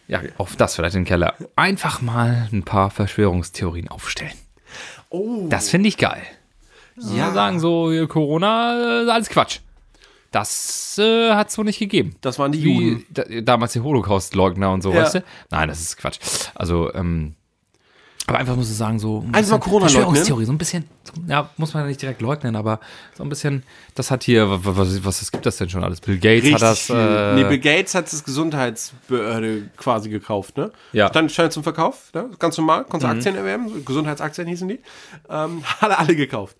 S2: Ja, auf das vielleicht in den Keller. Einfach mal ein paar Verschwörungstheorien aufstellen.
S1: oh,
S2: Das finde ich geil. Ja, sagen so, hier, Corona, äh, alles Quatsch. Das äh, hat es so nicht gegeben.
S1: Das waren die
S2: Wie
S1: Juden.
S2: Da, damals die Holocaust-Leugner und so,
S1: Ja.
S2: weißt du? Nein, das ist Quatsch. Also, ähm, aber einfach muss ich sagen, so ein
S1: Einfach mal
S2: bisschen
S1: Corona leugnen.
S2: Verschwörungstheorie, so ein bisschen, ja, muss man ja nicht direkt leugnen, aber so ein bisschen, das hat hier, wa- wa- was, was, was gibt das denn schon alles? Bill Gates
S1: richtig
S2: hat das,
S1: viel.
S2: äh,
S1: nee, Bill Gates hat das Gesundheitsbehörde quasi gekauft, ne?
S2: Ja. Mhm.
S1: Stand, stand zum Verkauf, ne? ganz normal, konntest Aktien erwerben, so Gesundheitsaktien hießen die. Ähm, hat er alle gekauft.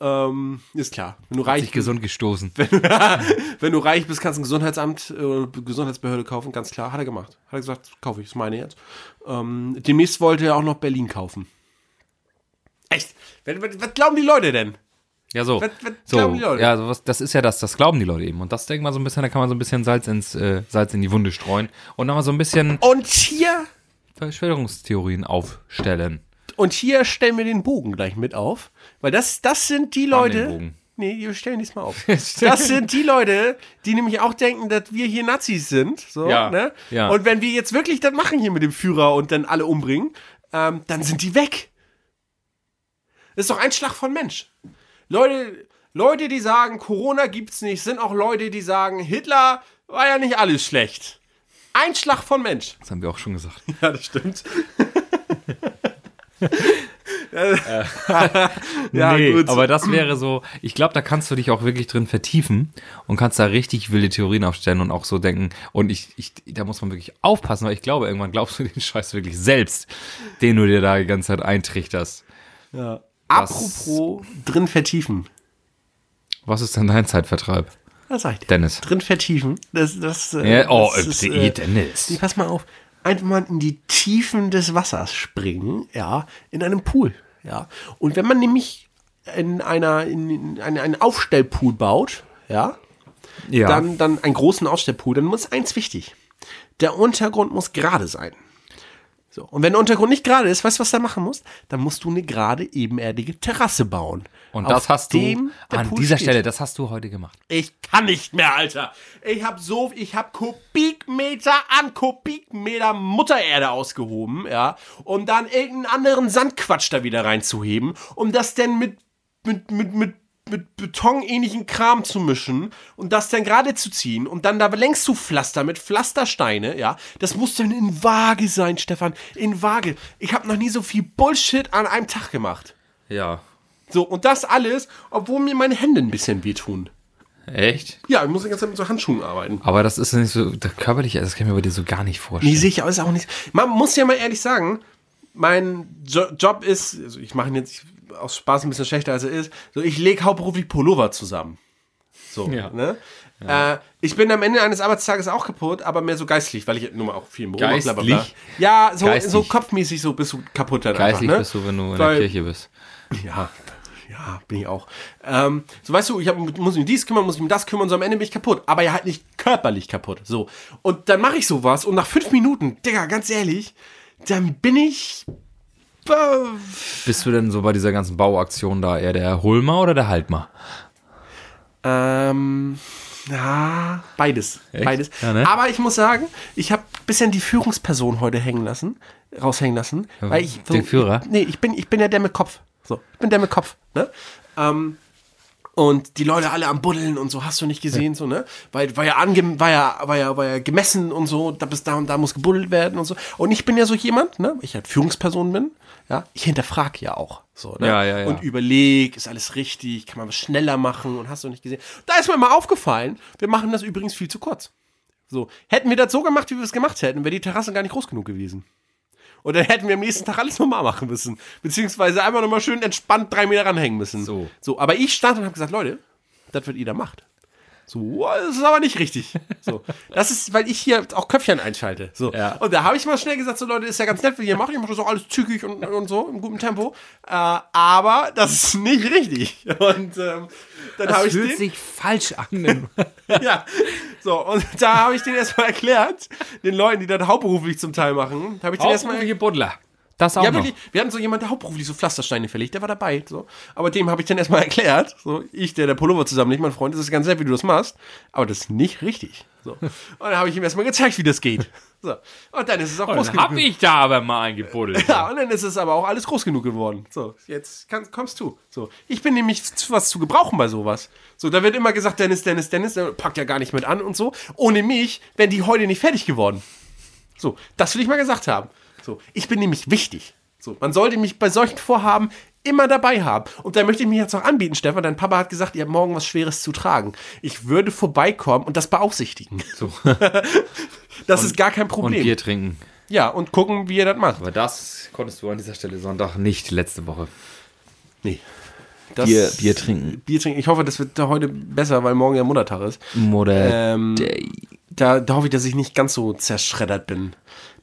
S1: Ähm, ist klar, wenn du
S2: sich
S1: reich bist.
S2: gesund gestoßen.
S1: Wenn du reich bist, kannst du ein Gesundheitsamt oder Gesundheitsbehörde kaufen, ganz klar. Hat er gemacht. Hat er gesagt, kaufe ich, ist meine jetzt. Ähm, demnächst wollte er auch noch Berlin kaufen. Echt? Was, was, was glauben die Leute denn?
S2: Ja, so.
S1: Was- was
S2: so
S1: glauben die Leute?
S2: Ja, sowas, das ist ja das, das glauben die Leute eben. Und das denkt man so ein bisschen, da kann man so ein bisschen Salz, ins, äh, Salz in die Wunde streuen und nochmal so ein bisschen
S1: Und hier,
S2: Verschwörungstheorien aufstellen.
S1: und hier stellen wir den Bogen gleich mit auf, weil das, das sind die
S2: den
S1: Leute.
S2: Bogen.
S1: Nee, wir stellen diesmal auf.
S2: Stellen-
S1: Das sind die Leute, die nämlich auch denken, dass wir hier Nazis sind. So,
S2: Ja,
S1: ne?
S2: ja.
S1: Und wenn wir jetzt wirklich das machen hier mit dem Führer und dann alle umbringen, ähm, dann sind die weg. Das ist doch ein Schlag von Mensch. Leute, Leute, die sagen, Corona gibt's nicht, sind auch Leute, die sagen, Hitler war ja nicht alles schlecht. Ein Schlag von Mensch.
S2: Das haben wir auch schon gesagt.
S1: Ja, das stimmt. Ja,
S2: Äh, nee,
S1: gut.
S2: aber das wäre so, ich glaube, da kannst du dich auch wirklich drin vertiefen und kannst da richtig wilde Theorien aufstellen und auch so denken. Und ich, ich da muss man wirklich aufpassen, weil ich glaube, irgendwann glaubst du den Scheiß wirklich selbst, den du dir da die ganze Zeit eintrichterst.
S1: Apropos drin vertiefen.
S2: Was ist denn dein Zeitvertreib?
S1: Was sag ich dir?
S2: Dennis.
S1: Drin vertiefen. Das, das, äh,
S2: Ja, oh,
S1: das
S2: ist,
S1: äh, Nee,
S2: Dennis.
S1: pass mal auf. Einfach mal in die Tiefen des Wassers springen, ja, in einem Pool, ja. Und wenn man nämlich in einer, in, in einen, einen Aufstellpool baut, ja,
S2: Ja.
S1: dann, dann einen großen Aufstellpool, dann muss eins wichtig. Der Untergrund muss gerade sein. So. Und wenn der Untergrund nicht gerade ist, weißt du, was du da machen musst? Dann musst du eine gerade ebenerdige Terrasse bauen.
S2: und
S1: auf
S2: das hast du
S1: dem der
S2: an
S1: Pool
S2: dieser
S1: steht.
S2: Stelle, das hast du heute gemacht.
S1: Ich kann nicht mehr, Alter. Ich hab so, ich hab Kubikmeter an Kubikmeter Muttererde ausgehoben, ja, um dann irgendeinen anderen Sandquatsch da wieder reinzuheben, um das dann mit, mit, mit, mit, mit betonähnlichen Kram zu mischen und das dann gerade zu ziehen und dann da längs zu pflastern mit Pflastersteine, ja. Das muss dann in Waage sein, Stefan, in Waage. Ich hab noch nie so viel Bullshit an einem Tag gemacht.
S2: Ja.
S1: So, und das alles, obwohl mir meine Hände ein bisschen wehtun.
S2: Echt?
S1: Ja, ich muss die ganze Zeit mit so Handschuhen arbeiten.
S2: Aber das ist nicht so, da- körperlich, das kann ich mir bei dir so gar nicht vorstellen.
S1: Nee, sehe ich alles auch nicht. Man muss ja mal ehrlich sagen, mein jo Job ist, also ich mache ihn jetzt aus Spaß ein bisschen schlechter als er ist, so ich lege hauptberuflich Pullover zusammen. So,
S2: Ja.
S1: ne? Äh, ich bin am Ende eines Arbeitstages auch kaputt, aber mehr so geistlich, weil ich halt nun mal auch viel im Büro mach, bla, bla, bla.
S2: Geistlich?
S1: Ja, so,
S2: Geistlich.
S1: so kopfmäßig so bist du kaputt dann
S2: Geistlich
S1: einfach, ne?
S2: bist du, wenn du in der
S1: Weil-
S2: Kirche bist.
S1: Ja, ja, bin ich auch. Ähm, so, weißt du, ich hab, muss mich um dies kümmern, muss mich um das kümmern, so am Ende bin ich kaputt. Aber ja, halt nicht körperlich kaputt. So. Und dann mache ich sowas und nach fünf Minuten, Digga, ganz ehrlich, dann bin ich. Äh,
S2: Bist du denn so bei dieser ganzen Bauaktion da eher der Hulmer oder der Haltmer?
S1: ähm. Na, beides.
S2: Echt?
S1: Beides.
S2: Ja, ne?
S1: Aber ich muss sagen, ich habe bisschen die Führungsperson heute hängen lassen, raushängen lassen. Weil ich,
S2: den Führer?
S1: Nee, ich bin, ich bin ja der mit Kopf. So, ich bin der mit Kopf. Ne? Ähm, und die Leute alle am Buddeln und so, hast du nicht gesehen, so, ne? Weil war ja, ange war ja, war ja, war ja gemessen und so, da bis da und da muss gebuddelt werden und so. Und ich bin ja so jemand, ne? Ich halt Führungsperson bin, ja, ich hinterfrag ja auch. So, ne?
S2: Ja, ja, ja.
S1: Und überleg, ist alles richtig, kann man was schneller machen und hast du nicht gesehen. Da ist mir mal aufgefallen, wir machen das übrigens viel zu kurz. So, hätten wir das so gemacht, wie wir es gemacht hätten, wäre die Terrasse gar nicht groß genug gewesen. Und dann hätten wir am nächsten Tag alles nochmal machen müssen. Beziehungsweise einmal nochmal schön entspannt drei Meter ranhängen müssen.
S2: So.
S1: so aber ich stand und habe gesagt, Leute, das wird jeder macht. So, "Wow, das ist aber nicht richtig. So, das ist, weil ich hier auch Köpfchen einschalte. So.
S2: Ja.
S1: Und da habe ich mal schnell gesagt, so Leute, ist ja ganz nett, wie ihr macht. Ich mache das auch alles zügig und, und so, im guten Tempo. Äh, aber das ist nicht richtig. Und ähm, dann habe ich den,
S2: sich falsch an.
S1: ja. So, und da habe ich den erstmal erklärt, den Leuten, die das hauptberuflich zum Teil machen, habe ich den erstmal
S2: Hauptberufliche Buddler. Das auch
S1: ja,
S2: noch.
S1: wirklich. Wir hatten so jemanden, der hauptberuflich so Pflastersteine verlegt, der war dabei. So. Aber dem habe ich dann erstmal erklärt, so, ich, der der Pullover zusammenlegt, mein Freund, das ist ganz nett, wie du das machst, aber das ist nicht richtig. So. Und dann habe ich ihm erstmal gezeigt, wie das geht. So. Und dann ist es auch groß
S2: Oh, Dann
S1: genug.
S2: hab ich da aber mal eingebuddelt.
S1: Ja, und dann ist es aber auch alles groß genug geworden. So, jetzt kann, kommst du. So, ich bin nämlich zu was zu gebrauchen bei sowas. So, da wird immer gesagt, Dennis, Dennis, Dennis, der packt ja gar nicht mit an und so. Ohne mich wären die heute nicht fertig geworden. So, das will ich mal gesagt haben. So, ich bin nämlich wichtig. So, man sollte mich bei solchen Vorhaben immer dabei haben. Und da möchte ich mich jetzt noch anbieten, Stefan. Dein Papa hat gesagt, ihr habt morgen was Schweres zu tragen. Ich würde vorbeikommen und das beaufsichtigen. So. das ist gar kein
S2: Und
S1: Problem.
S2: Bier trinken.
S1: ja, und gucken, wie ihr das macht.
S2: Aber das konntest du an dieser Stelle Sonntag nicht letzte Woche.
S1: Nee. Das-
S2: trinken.
S1: Bier trinken. Ich hoffe, das wird da heute besser, weil morgen ja Muttertag ist.
S2: Oder
S1: Ähm, da, da hoffe ich, dass ich nicht ganz so zerschreddert bin.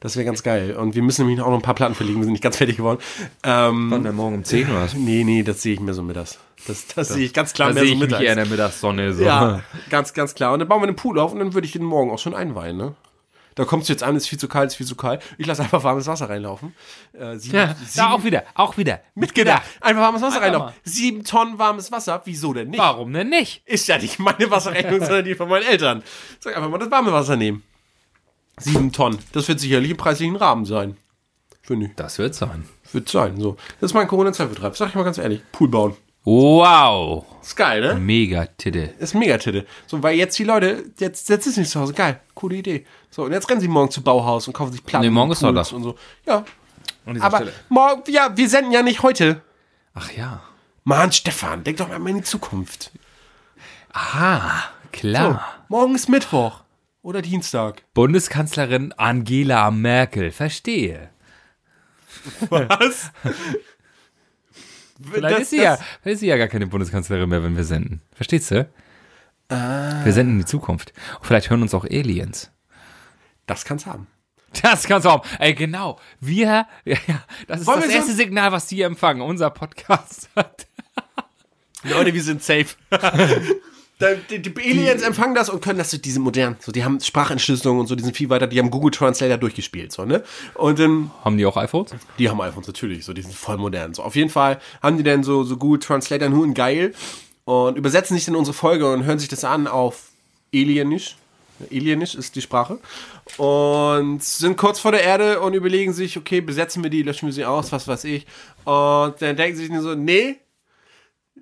S1: Das wäre ganz geil. Und wir müssen nämlich auch noch ein paar Platten verlegen. Wir sind nicht ganz fertig geworden. Ähm,
S2: dann morgen um 10 oder was?
S1: nee, nee, das sehe ich mir so mittags. Das, das, sehe ich ganz klar
S2: Da
S1: mehr
S2: sehe
S1: so
S2: ich mich eher in
S1: mittags.
S2: der Mittagssonne. So.
S1: Ja, ganz, ganz klar. Und dann bauen wir den Pool auf und dann würde ich den morgen auch schon einweihen, ne? Da kommst du jetzt an, ist viel zu kalt, ist viel zu kalt. Ich lasse einfach warmes Wasser reinlaufen. Äh, sieben,
S2: Ja,
S1: sieben,
S2: da auch wieder, auch wieder.
S1: mitgedacht. Einfach warmes Wasser
S2: Einfach
S1: reinlaufen. Sieben Tonnen warmes Wasser, wieso denn nicht?
S2: Warum denn nicht?
S1: ist ja nicht meine Wasserrechnung, sondern die von meinen Eltern. Sag einfach mal das warme Wasser nehmen. Sieben Tonnen. Das wird sicherlich im preislichen Rahmen sein. Finde
S2: Das wird sein.
S1: ich. Wird sein. So. Das ist mein Corona-Zeitvertreib. Sag ich mal ganz ehrlich. Pool bauen.
S2: Wow.
S1: Ist geil, ne?
S2: Mega Titel.
S1: Ist mega Titte. So, weil jetzt die Leute, jetzt, jetzt ist nicht zu Hause. Geil. Coole Idee. So, und jetzt rennen sie morgen zu Bauhaus und kaufen sich Platten.
S2: Nee, morgen
S1: und
S2: ist Sonntag.
S1: Pools Und so. Ja.
S2: An dieser
S1: Aber
S2: Stelle.
S1: morgen, ja, wir senden ja nicht heute.
S2: Ach ja.
S1: Mann, Stefan, denk doch mal an die Zukunft.
S2: Aha, Ah, klar.
S1: Morgen ist Mittwoch oder Dienstag.
S2: Bundeskanzlerin Angela Merkel, verstehe.
S1: Was?
S2: Vielleicht
S1: Das-
S2: ist, sie ja, vielleicht ist sie ja gar keine Bundeskanzlerin mehr, wenn wir senden. Verstehst du? Wir senden in die Zukunft. Und vielleicht hören uns auch Aliens.
S1: Das kann's haben.
S2: Das kannst du auch. Ey, genau. Wir, ja, ja, das ist
S1: Wollen
S2: das
S1: wir so-
S2: erste Signal, was die empfangen. Unser Podcast.
S1: Leute, wir sind safe. Da- Die, die Aliens empfangen das und können das so diese modernen, so die haben Sprachentschlüsselung und so, die sind viel weiter, die haben Google Translator durchgespielt, so, ne? Und dann,
S2: Haben die auch iPhones?
S1: die haben iPhones natürlich, so, die sind voll modern. So, auf jeden Fall haben die dann so, so Google Translator nur ein geil und übersetzen sich dann unsere Folge und hören sich das an auf Alienisch. Alienisch ist die Sprache. Und sind kurz vor der Erde und überlegen sich, okay, besetzen wir die, löschen wir sie aus, was weiß ich. Und dann denken sie sich nur so, nee,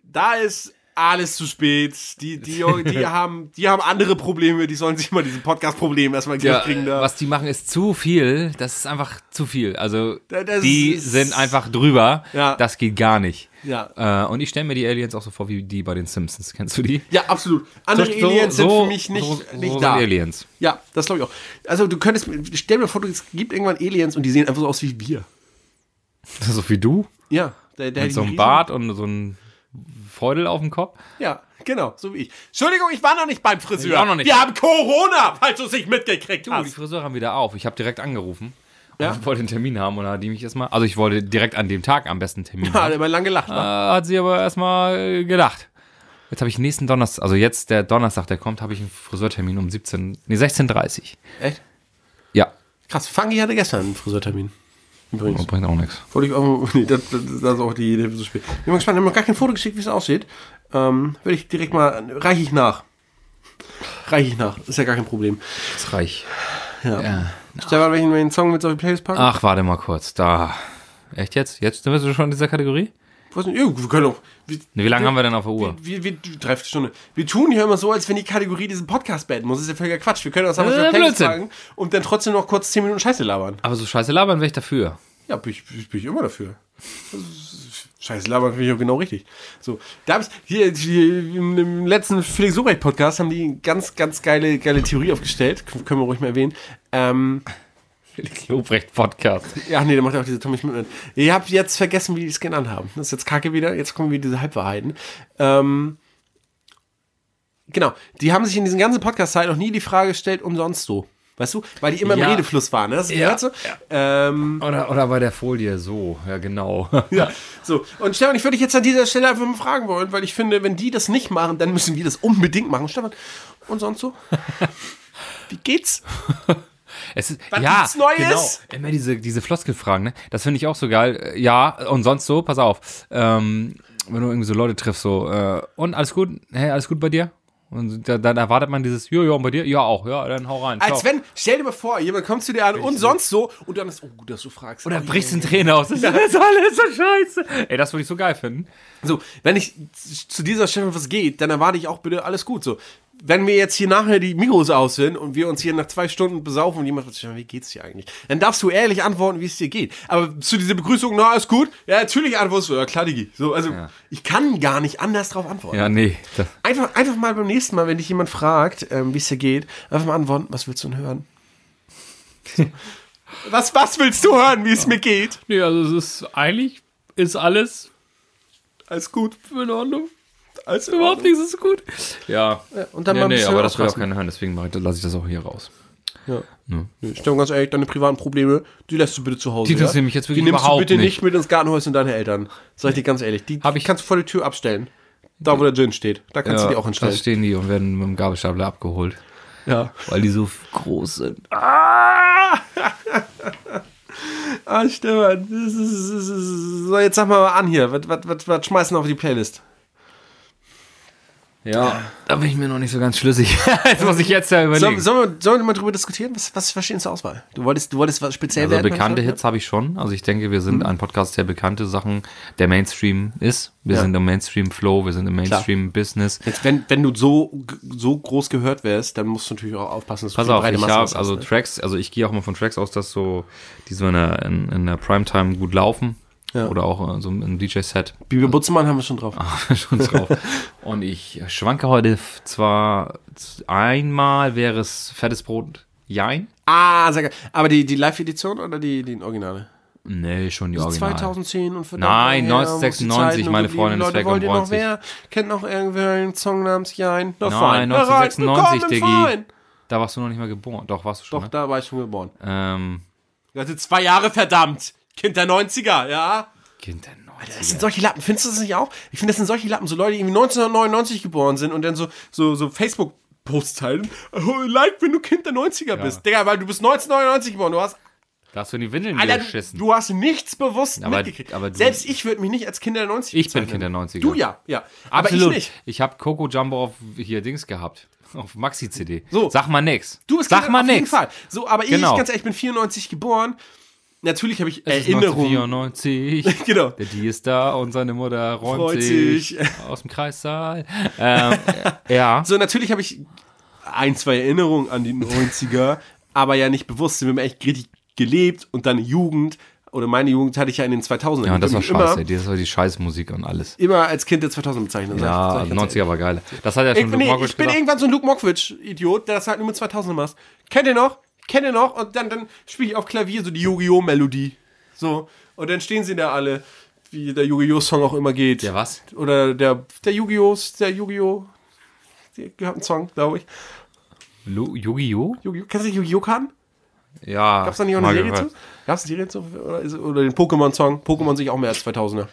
S1: da ist alles zu spät. Die, die, die, haben, die haben andere Probleme, die sollen sich mal diesen Podcast-Problem erstmal
S2: Ja,
S1: kriegen. Da.
S2: was die machen, ist zu viel. Das ist einfach zu viel. Also,
S1: Da- das
S2: die
S1: ist-
S2: sind einfach drüber.
S1: Ja.
S2: Das geht gar nicht.
S1: Ja.
S2: Äh, und ich stelle mir die Aliens auch so vor wie die bei den Simpsons. Kennst du die?
S1: Ja, absolut. Andere
S2: So-
S1: Aliens sind
S2: so-
S1: für mich nicht,
S2: so, so
S1: nicht
S2: sind
S1: da.
S2: Aliens.
S1: Ja, das glaube ich auch. Also du könntest, stell mir vor, du- es gibt irgendwann Aliens und die sehen einfach so aus wie wir.
S2: So wie du?
S1: Ja. Der, der
S2: Mit so einem Bart und so einem Feudel auf dem Kopf.
S1: Ja, genau, so wie ich. Entschuldigung, ich war noch nicht beim Friseur.
S2: Ich auch noch nicht.
S1: Wir haben Corona, falls du es nicht mitgekriegt
S2: Du, die
S1: hast.
S2: Friseure haben wieder auf. Ich habe direkt angerufen.
S1: Ah, Ja?
S2: Und wollte einen Termin haben und dann hat die mich erstmal. Also ich wollte direkt an dem Tag am besten einen Termin
S1: Hat
S2: haben.
S1: immer lang gelacht.
S2: Äh,
S1: wa?
S2: hat sie aber erstmal äh, gedacht. Jetzt habe ich nächsten Donnerstag, also jetzt der Donnerstag, der kommt, habe ich einen Friseurtermin um 17, nee, 16.30 Uhr.
S1: Echt?
S2: Ja,
S1: Krass, Fangi hatte gestern einen Friseurtermin. Übrigens.
S2: das bringt auch nichts.
S1: Wollte ich auch. Nee, das, das, das ist auch die Idee für so spät. Ich bin mal gespannt, ich habe noch gar kein Foto geschickt, wie es aussieht. Ähm, Würde ich direkt mal. Reiche ich nach. Reiche ich nach. Ist ja gar kein Problem.
S2: Das reich.
S1: Ja.
S2: Ja. Ah.
S1: Stefan, welchen, welchen Song willst du auf die Playlist packen?
S2: Ach, warte mal kurz, da. Echt jetzt? Jetzt sind wir schon in dieser Kategorie?
S1: Was denn? Ja, wir können auch. Wir,
S2: Ne, wie lange haben wir denn auf der Uhr?
S1: wir, wir, wir, drei Stunden. Wir tun hier immer so, als wenn die Kategorie diesen Podcast beenden muss. Das ist ja völliger Quatsch. Wir können uns einfach auf
S2: Äh,
S1: die Playlist
S2: Blödsinn.
S1: packen und dann trotzdem noch kurz 10 Minuten Scheiße labern.
S2: Aber so scheiße labern wäre ich dafür.
S1: Ja, bin ich, bin ich- bin ich immer dafür. Scheiße, labern finde ich auch genau richtig. So, da hab ich, hier, hier im, im letzten Felix Sobrecht Podcast haben die eine ganz, ganz geile, geile Theorie aufgestellt. K- Können wir ruhig mal erwähnen. Ähm,
S2: Felix Lobrecht Podcast.
S1: ja, nee, der macht ja auch diese Tommy Schmidt mit. Ihr habt jetzt vergessen, wie die es genannt haben. Das ist jetzt kacke wieder. Jetzt kommen wieder diese Halbwahrheiten. Ähm, genau. Die haben sich in diesen ganzen Podcast-Zeit noch nie die Frage gestellt, umsonst so. Weißt du? Weil die immer
S2: Ja.
S1: im Redefluss waren. Ne? Das
S2: Ja,
S1: hörst du? Ähm,
S2: Oder, oder bei der Folie, so, ja genau.
S1: Ja, so. Und Stefan, ich würde dich jetzt an dieser Stelle einfach mal fragen wollen, weil ich finde, wenn die das nicht machen, dann müssen wir das unbedingt machen. Stefan, und sonst so? Wie geht's?
S2: Es ist,
S1: Was
S2: ja,
S1: gibt's Neues?
S2: Genau. Immer diese, diese Floskelfragen, ne? Das finde ich auch so geil. Äh, Ja, und sonst so, pass auf. Ähm, wenn du irgendwie so Leute triffst, so, äh, und alles gut? Hey, alles gut bei dir? Und da, dann erwartet man dieses, ja, ja, und bei dir? Ja, auch, ja, dann hau rein.
S1: Als
S2: ciao.
S1: wenn, stell dir mal vor, jemand kommt zu dir an und sonst so und dann ist, oh, gut, dass du fragst.
S2: Oder brichst den Tränen aus. Das ist alles so scheiße. Ey, das würde ich so geil finden.
S1: So, wenn ich zu dieser Stelle was geht, dann erwarte ich auch bitte alles gut. So, wenn wir jetzt hier nachher die Mikros aus sind und wir uns hier nach zwei Stunden besaufen und jemand sagt, "Stefan, wie geht's dir eigentlich? Dann darfst du ehrlich antworten, wie es dir geht. Aber zu dieser Begrüßung, na, alles gut? Ja, natürlich antwortest du, ja, klar, Digi. So, also, ich kann gar nicht anders drauf antworten.
S2: Ja, nee. Das,
S1: Einfach, einfach mal beim nächsten Mal, wenn dich jemand fragt, ähm, wie es dir geht, einfach mal antworten, was willst du denn hören? So. was, was willst du hören, wie es mir geht?
S2: nee, also es ist eigentlich, ist alles
S1: Alles gut.
S2: in Ordnung.
S1: Alles
S2: Überhaupt nichts ist gut. Ja.
S1: und dann
S2: nee,
S1: mal ein
S2: nee,
S1: bisschen
S2: aber das will auch
S1: auskotzen.
S2: keiner hören, deswegen mache ich- lasse ich das auch hier raus.
S1: Nee, Stefan, ganz ehrlich, deine privaten Probleme, die lässt du bitte zu Hause.
S2: Die interessieren mich jetzt wirklich
S1: Die nimmst
S2: überhaupt
S1: du bitte
S2: nicht.
S1: nicht mit ins Gartenhäuschen deiner Eltern. Sag ich dir ganz ehrlich. Die
S2: Hab ich-
S1: kannst du vor die Tür abstellen. Da, wo der Gin steht. Da kannst
S2: ja,
S1: du die auch
S2: Da
S1: hinstellen.
S2: stehen die und werden mit dem Gabelstapler abgeholt.
S1: Ja.
S2: Weil die so groß sind.
S1: Ah! ah, Stefan. das ist- das ist- das ist- So, jetzt sag mal an hier. Was, was, was, was schmeißen auf die Playlist?
S2: Ja, da bin ich mir noch nicht so ganz schlüssig. das muss ich jetzt ja
S1: Sollen,
S2: überlegen.
S1: sollen, wir, sollen wir mal drüber diskutieren? Was, was verstehen zur Auswahl? Du wolltest, du wolltest was speziell
S2: also
S1: werden?
S2: bekannte
S1: manchmal?
S2: Hits habe ich schon. Also ich denke, wir
S1: Mhm.
S2: sind ein Podcast, der bekannte Sachen, der Mainstream ist. Wir
S1: Ja.
S2: sind im Mainstream-Flow, wir sind im Mainstream-Business.
S1: Jetzt, wenn, wenn du so, so groß gehört wärst, dann musst du natürlich auch aufpassen, dass du
S2: Pass
S1: viel
S2: auf,
S1: breite
S2: ich
S1: Masse hast,
S2: habe also
S1: ne?
S2: Tracks, also ich gehe auch mal von Tracks aus, dass so die so in der, in, in der Primetime gut laufen.
S1: Ja.
S2: Oder auch äh, so im DJ-Set
S1: Bibi Butzemann haben wir schon
S2: Ah.
S1: drauf.
S2: schon drauf. Und ich schwanke heute f- zwar z- einmal wäre es fettes Brot Jein.
S1: Ah, sehr geil. Aber die, die Live-Edition oder die, die Originale?
S2: Nee, schon die
S1: Das ist
S2: Original.
S1: 2010 und verdammt
S2: Nein,
S1: lange her, muss die
S2: 1996,
S1: Zeit nur
S2: meine
S1: geblieben.
S2: Freundin ist
S1: Leute,
S2: weg
S1: wollt
S2: und
S1: ihr noch
S2: freut sich.
S1: wer? Kennt noch irgendwer einen Song namens Jein? Doch,
S2: Nein,
S1: Na, rein,
S2: 1996,
S1: willkommen,
S2: Diggi.
S1: fein.
S2: Da warst du noch nicht mal geboren. Doch, warst du schon.
S1: Doch,
S2: ne?
S1: da war ich schon geboren.
S2: Ähm,
S1: Das sind zwei Jahre, verdammt. Kind der 90er, ja?
S2: Kind der 90er.
S1: Das sind solche Lappen. Findest du das nicht auch? Ich finde, das sind solche Lappen. So Leute, die irgendwie 1999 geboren sind und dann so, so, so Facebook Posts teilen. Oh, like, wenn du Kind der 90er bist. Digga, weil du bist 1999 geboren. Du hast,
S2: Da hast du in die Windeln
S1: Alter,
S2: geschissen.
S1: du hast nichts bewusst
S2: Aber-
S1: mitgekriegt.
S2: aber du-
S1: Selbst ich würde mich nicht als Kind der 90er
S2: ich bin
S1: bezeichnen.
S2: Kind der 90er.
S1: Du ja, ja. Aber
S2: Absolut.
S1: ich nicht.
S2: habe Coco Jumbo auf hier Dings gehabt. Auf Maxi-CD.
S1: So.
S2: Sag mal nix.
S1: Du bist
S2: Sag
S1: Kind-
S2: mal
S1: auf
S2: nix.
S1: jeden Fall. So, aber
S2: Genau.
S1: ich, ganz ehrlich, bin 94 geboren. Natürlich habe ich
S2: Es ist
S1: Erinnerungen.
S2: 1994.
S1: Genau.
S2: Der Die ist da und seine Mutter räumt
S1: Freut
S2: sich
S1: sich.
S2: aus dem Kreissaal. Ähm, ja.
S1: So, natürlich habe ich ein, zwei Erinnerungen an die 90er, aber ja nicht bewusst. Wir haben echt richtig gelebt und dann Jugend oder meine Jugend hatte ich ja in den 2000ern.
S2: ja, und das war
S1: Ich hab mich
S2: scheiße. Das war die Scheißmusik und alles.
S1: Immer, immer als Kind der 2000 bezeichnet.
S2: Ja, also 90er war geil. Das hat ja
S1: Ich,
S2: schon
S1: bin- nee,
S2: Markus
S1: ich bin irgendwann so ein Luke Mockridge-Idiot, der das halt nur mit 2000 macht. Kennt ihr noch? Kennt ihr noch? Und dann, dann spiele ich auf Klavier so die Yu-Gi-Oh!-Melodie. So. Und dann stehen sie da alle, wie der Yu-Gi-Oh!-Song auch immer geht.
S2: Der was?
S1: Oder der, der Yu-Gi-Oh! Der Yu-Gi-Oh! Die haben einen Song, glaube ich.
S2: Lu- Yu-Gi-Oh?
S1: Yu-Gi-Oh! Kennst du nicht Yu-Gi-Oh! Kan?
S2: Ja.
S1: Gab's da nicht auch eine
S2: mal
S1: Serie
S2: gehört.
S1: zu? Gab's eine Serie zu? Oder, ist, oder den Pokémon-Song? Pokémon sehe ich auch mehr als 2000er.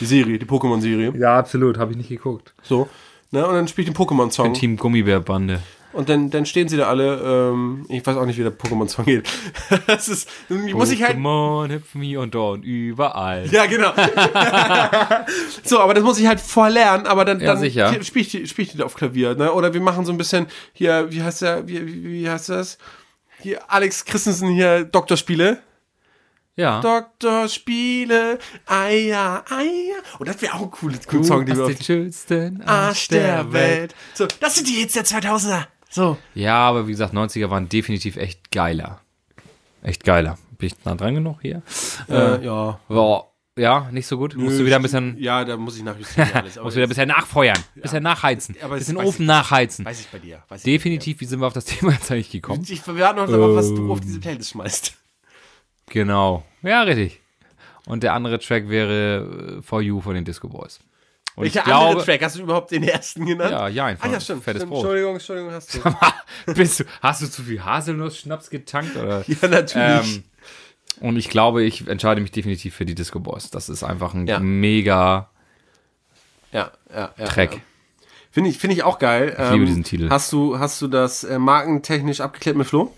S1: Die Serie, die Pokémon-Serie.
S2: Ja, absolut. Habe ich nicht geguckt.
S1: So. Ne? Und dann spielt den Pokémon-Song.
S2: Team Gummibärbande.
S1: Und dann, dann stehen sie da alle. Ähm, ich weiß auch nicht, wie der Pokémon-Song geht. das ist. Die muss ich halt.
S2: Pokémon hüpfen hier und dort und überall.
S1: Ja, genau. so, aber das muss ich halt vorlernen, aber dann,
S2: Ja,
S1: dann
S2: sicher.
S1: spiel ich die, spiel ich die auf Klavier. Ne? Oder wir machen so ein bisschen hier, wie heißt der, wie, wie, wie heißt das? Hier, Alex Christensen hier, Doktorspiele.
S2: Ja.
S1: Doktorspiele, Eier, Eier. Und das wäre auch ein cooler cooler Song, den wir auf
S2: den schönsten
S1: Arsch der Welt. So, das sind die Hits der 2000er. So.
S2: Ja, aber wie gesagt, 90er waren definitiv echt geiler. Echt geiler. Bin ich nah dran genug hier?
S1: Äh, ja.
S2: Boah, ja, nicht so gut. Musst du wieder ein bisschen,
S1: Ja, da muss ich nachjustieren. alles. Aber
S2: musst du wieder ein
S1: das
S2: bisschen nachfeuern, ein bisschen nachheizen, ein
S1: aber das
S2: bisschen
S1: weiß ich
S2: Ofen nachheizen.
S1: weiß ich bei dir. Weiß ich
S2: Definitiv, wie sind wir auf das Thema jetzt eigentlich
S1: bei dir.
S2: gekommen?
S1: Ich, wir warten uns aber, was du auf
S2: Ähm.
S1: diese Playlist schmeißt.
S2: Genau. Ja, richtig. Und der andere Track wäre äh, For You von den Disco Boys. Und
S1: Welcher
S2: ich glaube,
S1: andere Track? Hast du überhaupt den ersten genannt?
S2: Ja, Jein
S1: Ah,
S2: von
S1: ja, stimmt.
S2: Fettes
S1: stimmt.
S2: Brot.
S1: Entschuldigung, Entschuldigung, hast du.
S2: Bist du, hast du zu viel Haselnuss-Schnaps getankt? Oder?
S1: ja, natürlich.
S2: Ähm, und ich glaube, ich entscheide mich definitiv für die Disco Boys. Das ist einfach ein
S1: Ja.
S2: mega
S1: ja, ja, ja.
S2: Track.
S1: Ja. Finde ich, finde ich auch geil. Ich
S2: liebe diesen Titel.
S1: Hast du, hast du das äh, markentechnisch abgeklärt mit Flo?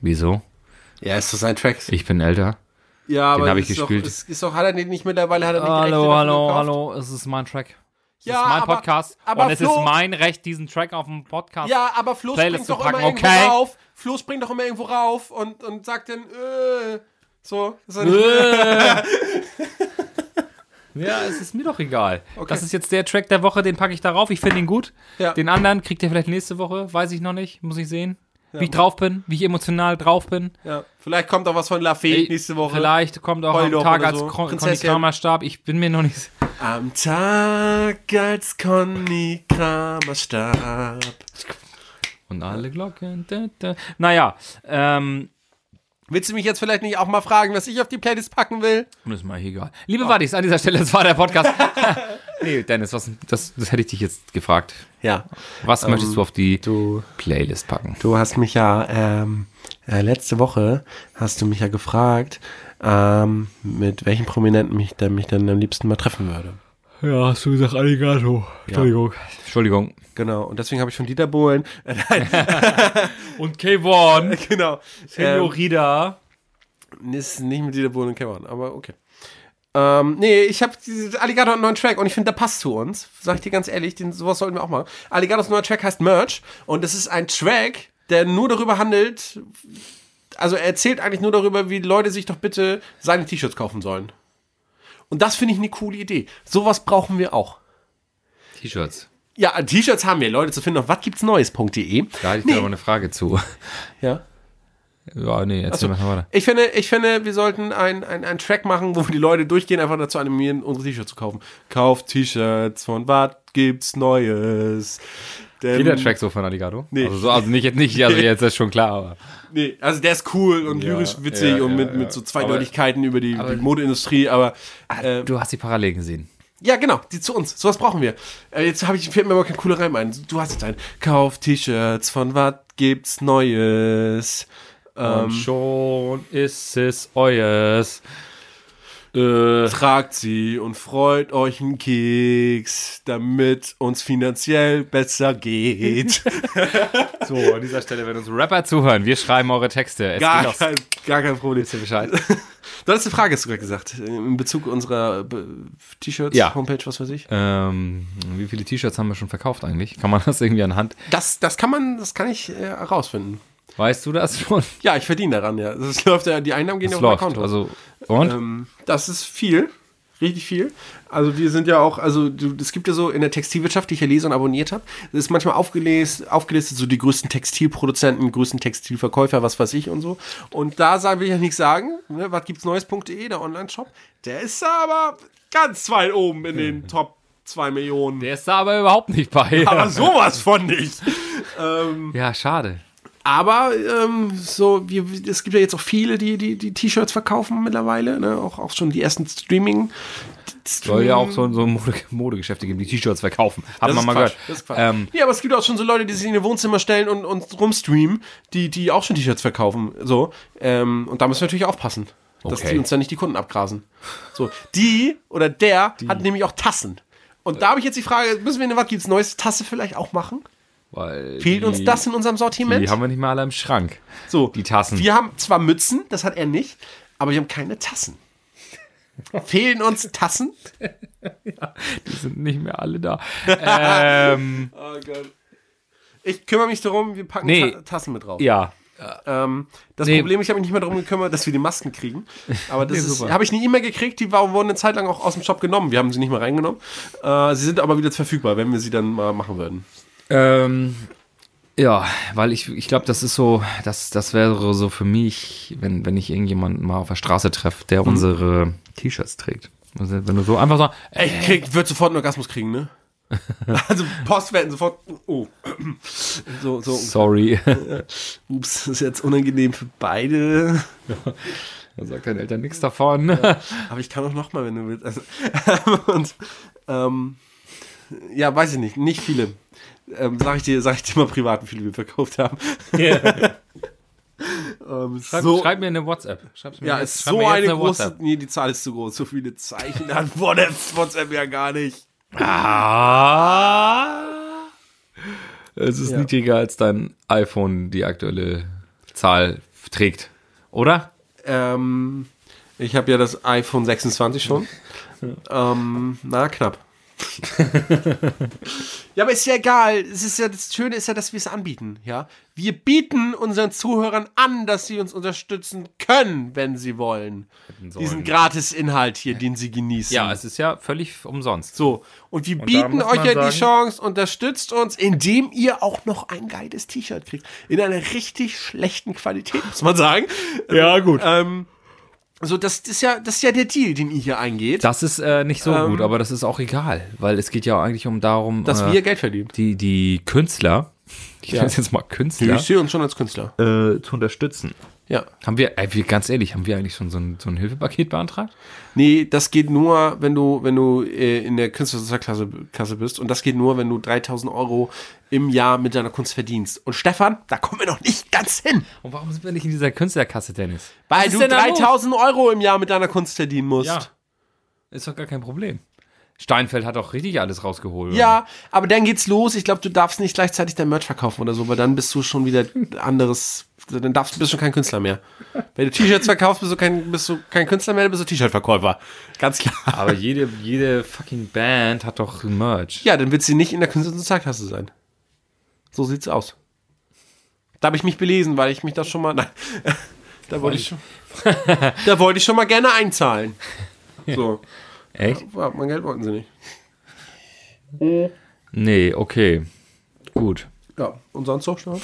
S2: Wieso?
S1: Ja, ist das sein Track?
S2: Ich bin älter.
S1: Ja, aber
S2: hab ich
S1: ist
S2: gespielt.
S1: Doch, ist, ist doch, hat er den nicht mittlerweile, hat er nicht die Rechte
S2: Hallo,
S1: dafür
S2: hallo,
S1: gekauft?
S2: hallo. Es ist mein Track. Es
S1: Ja,
S2: ist mein
S1: aber-
S2: Podcast.
S1: aber
S2: und es
S1: Flo-
S2: ist mein Recht, diesen Track auf dem Podcast.
S1: Ja, aber Flo
S2: Playlist
S1: springt
S2: zu
S1: doch
S2: packen,
S1: immer irgendwo
S2: okay.
S1: rauf. Flo springt doch immer irgendwo rauf und, und sagt dann, äh, so. Ist er
S2: Äh.
S1: nicht-
S2: ja, es ist mir doch egal.
S1: Okay.
S2: Das ist jetzt der Track der Woche, den packe ich da rauf. Ich finde ihn gut.
S1: Ja.
S2: Den anderen kriegt ihr vielleicht nächste Woche. Weiß ich noch nicht. Muss ich sehen. Wie ich drauf bin, wie ich emotional drauf bin.
S1: ja. Vielleicht kommt auch was von La Fee nächste Woche.
S2: Vielleicht kommt auch am
S1: Heuldorf
S2: Tag
S1: oder
S2: als
S1: so.
S2: Kon- Conny
S1: Prinzessin.
S2: Kramer starb. Ich bin mir noch nicht sicher.
S1: Am Tag, als Conny Kramer starb.
S2: Und alle Glocken. Da, da. Naja, ähm,
S1: Willst du mich jetzt vielleicht nicht auch mal fragen, was ich auf die Playlist packen will?
S2: mir ist mal egal. Liebe
S1: Ah.
S2: Wadis, an dieser Stelle, das war der Podcast. nee, Dennis, was, das, das hätte ich dich jetzt gefragt.
S1: Ja.
S2: Was möchtest du auf die
S1: Ähm, du-
S2: Playlist packen?
S1: Du hast mich ja, ähm, äh, letzte Woche hast du mich ja gefragt, ähm, mit welchem Prominenten mich, der mich dann am liebsten mal treffen würde.
S2: Ja, hast du gesagt, Arigato. Entschuldigung. Entschuldigung.
S1: Genau, und deswegen habe ich von Dieter Bohlen. Äh, nein,
S2: Und Kayvon.
S1: genau. Ähm,
S2: Rida.
S1: ist nicht mit Dieter Bohlen und Cameron, aber okay. Ähm, nee, ich habe Alligator hat einen neuen Track und ich finde, der passt zu uns. Sag ich dir ganz ehrlich, den, sowas sollten wir auch machen. Alligators neuer Track heißt Merch und es ist ein Track, der nur darüber handelt, also er erzählt eigentlich nur darüber, wie Leute sich doch bitte seine T-Shirts kaufen sollen. Und das finde ich eine coole Idee. Sowas brauchen wir auch.
S2: T-Shirts.
S1: Ja, T-Shirts haben wir, Leute zu finden auf wasgibtsneues.de.
S2: Da hatte ich
S1: nee,
S2: aber eine Frage zu.
S1: ja.
S2: Ja, nee, erzähl mal weiter.
S1: Ich finde, ich finde, wir sollten einen ein Track machen, wo wir die Leute durchgehen, einfach dazu animieren, unsere T-Shirts zu kaufen. Kauft T-Shirts von was gibt's Neues? Denn,
S2: Jeder Track so von Alligato?
S1: Nee.
S2: Also, so, also nicht, nicht, also jetzt ist schon klar, aber.
S1: Nee, also der ist cool und lyrisch witzig
S2: ja,
S1: und
S2: ja,
S1: mit,
S2: ja.
S1: mit so Zweideutigkeiten über die, die Modeindustrie, aber äh,
S2: Du hast die Parallelen gesehen.
S1: ja, genau, die zu uns. Sowas brauchen wir. Äh, jetzt habe ich, fällt mir aber kein cooler Reim ein. Du hast jetzt einen. Kauft T-Shirts von was gibt's Neues? Ähm.
S2: Und schon ist es euers. Äh,
S1: Tragt sie und freut euch einen Keks, damit uns finanziell besser geht.
S2: so, an dieser Stelle, wenn uns Rapper zuhören, wir schreiben eure Texte. Es
S1: Gar,
S2: geht los.
S1: kein, gar kein Problem.
S2: Wisst ihr Bescheid.
S1: Du hast eine Frage, hast du gerade gesagt, in Bezug unserer äh, T-Shirts,
S2: Ja.
S1: Homepage, was weiß ich.
S2: ähm, wie viele T-Shirts haben wir schon verkauft eigentlich? Kann man das irgendwie anhand?
S1: Das, das kann man, das kann ich äh, herausfinden.
S2: Weißt du das schon?
S1: Ja, ich verdiene daran, ja. Das läuft ja, die Einnahmen gehen ja
S2: Das
S1: auf mein
S2: läuft.
S1: Konto.
S2: Also, und?
S1: Ähm, das ist viel, richtig viel. Also wir sind ja auch, also du, es gibt ja so in der Textilwirtschaft, die ich ja lese und abonniert habe, es ist manchmal aufgeles- aufgelistet, so die größten Textilproduzenten, größten Textilverkäufer, was weiß ich und so. Und da sagen will ich ja nichts sagen, ne, was gibt's neues.de, der Online-Shop, der ist aber ganz weit oben in den Top 2 Millionen.
S2: Der ist da aber überhaupt nicht bei.
S1: aber sowas von nicht. ähm,
S2: Ja, schade.
S1: aber ähm, so, wir, es gibt ja jetzt auch viele, die die die T-Shirts verkaufen mittlerweile, ne? auch, auch schon die ersten Streaming.
S2: Soll ja auch so, so Mode, Modegeschäfte geben, die T-Shirts verkaufen. Haben wir mal gehört.
S1: Das ist Quatsch.
S2: Ähm,
S1: ja, aber es gibt auch schon so Leute, die sich in ihr Wohnzimmer stellen und, und rumstreamen, die, die auch schon T-Shirts verkaufen. So. Ähm, und da müssen wir natürlich aufpassen, dass
S2: Okay.
S1: die uns dann nicht die Kunden abgrasen. So, die oder der hat nämlich auch Tassen. Und da habe ich jetzt die Frage, müssen wir eine was gibt's Neues Tasse vielleicht auch machen?
S2: weil
S1: Fehlt uns
S2: Ähm, die-
S1: das in unserem Sortiment?
S2: Die haben wir nicht mal alle im Schrank.
S1: So,
S2: Die Tassen.
S1: Wir haben zwar Mützen, das hat er nicht, aber wir haben keine Tassen. Fehlen uns Tassen?
S2: Die sind nicht mehr alle da.
S1: Oh Gott. Ich kümmere mich darum, wir packen
S2: Nee.
S1: Ta Tassen mit drauf.
S2: ja.
S1: Ähm, das
S2: Nee.
S1: Problem, ich habe mich nicht mehr darum gekümmert, dass wir die Masken kriegen. Aber das
S2: Nee,
S1: ist
S2: super.
S1: habe ich nie immer gekriegt. Die waren- wurden eine Zeit lang auch aus dem Shop genommen. Wir haben sie nicht mal reingenommen. Äh, sie sind aber wieder verfügbar, wenn wir sie dann mal machen würden.
S2: Ähm, ja, weil ich, ich glaube, das ist so, das, das wäre so für mich, wenn, wenn ich irgendjemanden mal auf der Straße treffe, der unsere T-Shirts trägt. Also, wenn du so einfach sagst, ey,
S1: Ey, krieg, wird sofort einen Orgasmus kriegen, ne? also Post werden sofort. Oh. so, so.
S2: sorry.
S1: Ups, das ist jetzt unangenehm für beide.
S2: Dann sagt deine Eltern nichts davon.
S1: Aber ich kann auch nochmal, wenn du willst. Also, und, ähm, ja, weiß ich nicht. Nicht viele. Ähm, sag, ich dir, sag ich dir mal privat, wie viele wir verkauft haben. Ähm,
S2: Schreib,
S1: so,
S2: schreib mir eine WhatsApp. Schreib's mir
S1: ja,
S2: jetzt-
S1: ist
S2: schreib mir
S1: so
S2: jetzt
S1: eine große.
S2: WhatsApp.
S1: Nee, die Zahl ist zu groß. So viele Zeichen hat WhatsApp WhatsApp ja gar nicht.
S2: Ah. Es ist niedriger, als dein iPhone die aktuelle Zahl trägt. Oder?
S1: Ähm, ich habe ja das iPhone 26 schon. ähm, na, knapp. ja, aber ist ja egal. Es ist ja, das Schöne ist ja, dass wir es anbieten. Ja? Wir bieten unseren Zuhörern an, dass sie uns unterstützen können, wenn sie wollen. Diesen Gratis-Inhalt hier, den sie genießen.
S2: Ja, es ist ja völlig umsonst.
S1: so, und wir
S2: da
S1: bieten
S2: muss
S1: euch
S2: man
S1: ja die
S2: sagen-
S1: Chance, unterstützt uns, indem ihr auch noch ein geiles T-Shirt kriegt. In einer richtig schlechten Qualität, muss man sagen.
S2: Ja, gut.
S1: Ähm, so, das ist ja, das ist ja der Deal, den ihr hier eingeht,
S2: Das ist äh, nicht so gut, aber das ist auch egal, weil es geht ja eigentlich um darum,
S1: Ähm. dass
S2: äh,
S1: wir Geld verdienen.
S2: die, die Künstler, ich nenne es jetzt mal Künstler,
S1: sehe uns schon als Künstler.
S2: äh, zu unterstützen.
S1: Ja.
S2: Haben wir, ey, wir, ganz ehrlich, haben wir eigentlich schon so ein, so ein Hilfepaket beantragt?
S1: Nee, das geht nur, wenn du, wenn du äh, in der Künstlerklasse Klasse bist. Und das geht nur, wenn du 3000 Euro im Jahr mit deiner Kunst verdienst. Und Stefan, da kommen wir noch nicht ganz hin.
S2: Und warum sind wir nicht in dieser Künstlerkasse, Dennis?
S1: Weil
S2: ist
S1: du
S2: denn da los?
S1: 3000 Euro im Jahr mit deiner Kunst verdienen musst.
S2: Ist doch gar kein Problem. Steinfeld hat auch richtig alles rausgeholt. oder?
S1: Ja, aber dann geht's los. Ich glaube, du darfst nicht gleichzeitig dein Merch verkaufen oder so, weil dann bist du schon wieder anderes. Dann darfst, bist du kein Künstler mehr. Wenn du T-Shirts verkaufst, bist du, kein, bist du kein Künstler mehr, dann bist du T-Shirt-Verkäufer. Ganz klar.
S2: Aber jede, jede fucking Band hat doch Merch.
S1: Ja, dann wird sie nicht in der Künstler- und Sozialkasse sein. So sieht's aus. Da habe ich mich belesen, weil ich mich das schon mal. Nein. Da wollte ich schon. da wollte ich schon mal gerne einzahlen. So.
S2: Echt?
S1: Ja, mein Geld wollten sie nicht.
S2: Nee, okay. Gut.
S1: Ja, und sonst so schon?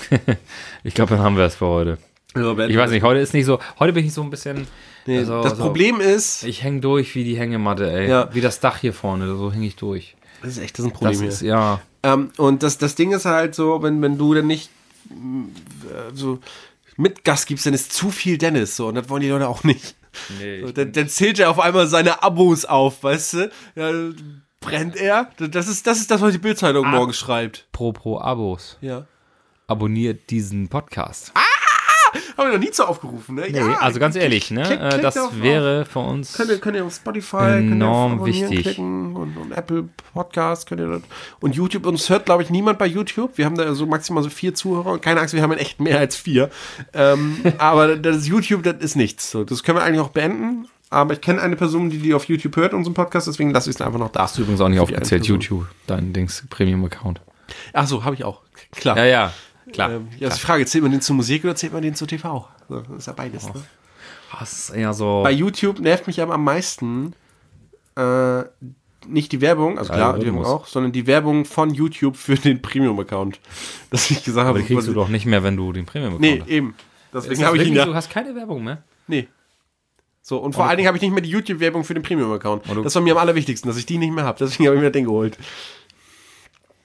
S2: Ich glaube, dann haben wir es für heute. Ich weiß nicht, heute ist nicht so. Heute bin ich so ein bisschen.
S1: Nee,
S2: also-
S1: das
S2: also,
S1: Problem ist.
S2: Ich hänge durch wie die Hängematte, ey.
S1: Ja.
S2: Wie das Dach hier vorne, so hänge ich durch.
S1: Das ist echt das ist ein Problem
S2: Das
S1: hier.
S2: ist, ja.
S1: Ähm, und das, das Ding ist halt so, wenn, wenn du dann nicht mh, äh, so Mitgas gibst, dann ist zu viel Dennis so und das wollen die Leute auch nicht.
S2: Nee,
S1: So, dann, dann zählt er auf einmal seine Abos auf, weißt du? Ja, brennt er? Das ist, das ist das, was die
S2: Ah.
S1: Bildzeitung morgen schreibt.
S2: pro pro Abos.
S1: Ja.
S2: Abonniert diesen Podcast.
S1: Haben wir noch nie so aufgerufen, ne?
S2: Nee,
S1: ja,
S2: also ganz ehrlich, ne?
S1: Ah, klick- klick
S2: äh, das
S1: da auf-
S2: wäre für uns.
S1: Könnt ihr, könnt ihr auf Spotify, könnt ihr auf
S2: Enorm
S1: Abonnieren
S2: wichtig.
S1: klicken und, und Apple Podcast könnt ihr das. Und YouTube, uns hört, glaube ich, niemand bei YouTube. Wir haben da so maximal so vier Zuhörer und keine Angst, wir haben in echt mehr als vier. Ähm, aber das YouTube, das ist nichts. So, das können wir eigentlich auch beenden. Aber ich kenne eine Person, die die auf YouTube hört, unseren Podcast, deswegen lasse ich es einfach noch da.
S2: Hast du übrigens auch nicht aufgezählt,
S1: Person.
S2: YouTube, dein Dings Premium-Account.
S1: Ach so, habe ich auch. Klar.
S2: Ja, ja, klar.
S1: Ähm, ja, das ist die Frage, zählt man den zu Musik oder zählt man den zu TV? So, das ist ja beides. Ne?
S2: Was ist eher so.
S1: Bei YouTube nervt mich aber am meisten äh, nicht die Werbung, also klar, die Werbung
S2: Algorithmus.
S1: auch, sondern die Werbung von YouTube für den Premium-Account. Dass ich gesagt
S2: Aber
S1: habe,
S2: die kriegst
S1: was-
S2: du doch nicht mehr, wenn du den Premium
S1: Nee,
S2: bekommst.
S1: eben. Deswegen habe ich ihn
S2: Du
S1: da.
S2: hast keine Werbung mehr.
S1: Nee. So, und vor allen Dingen habe ich nicht mehr die YouTube-Werbung für den Premium-Account.
S2: Oh, du-
S1: Das war mir am allerwichtigsten, dass ich die nicht mehr habe. Deswegen habe ich mir den geholt.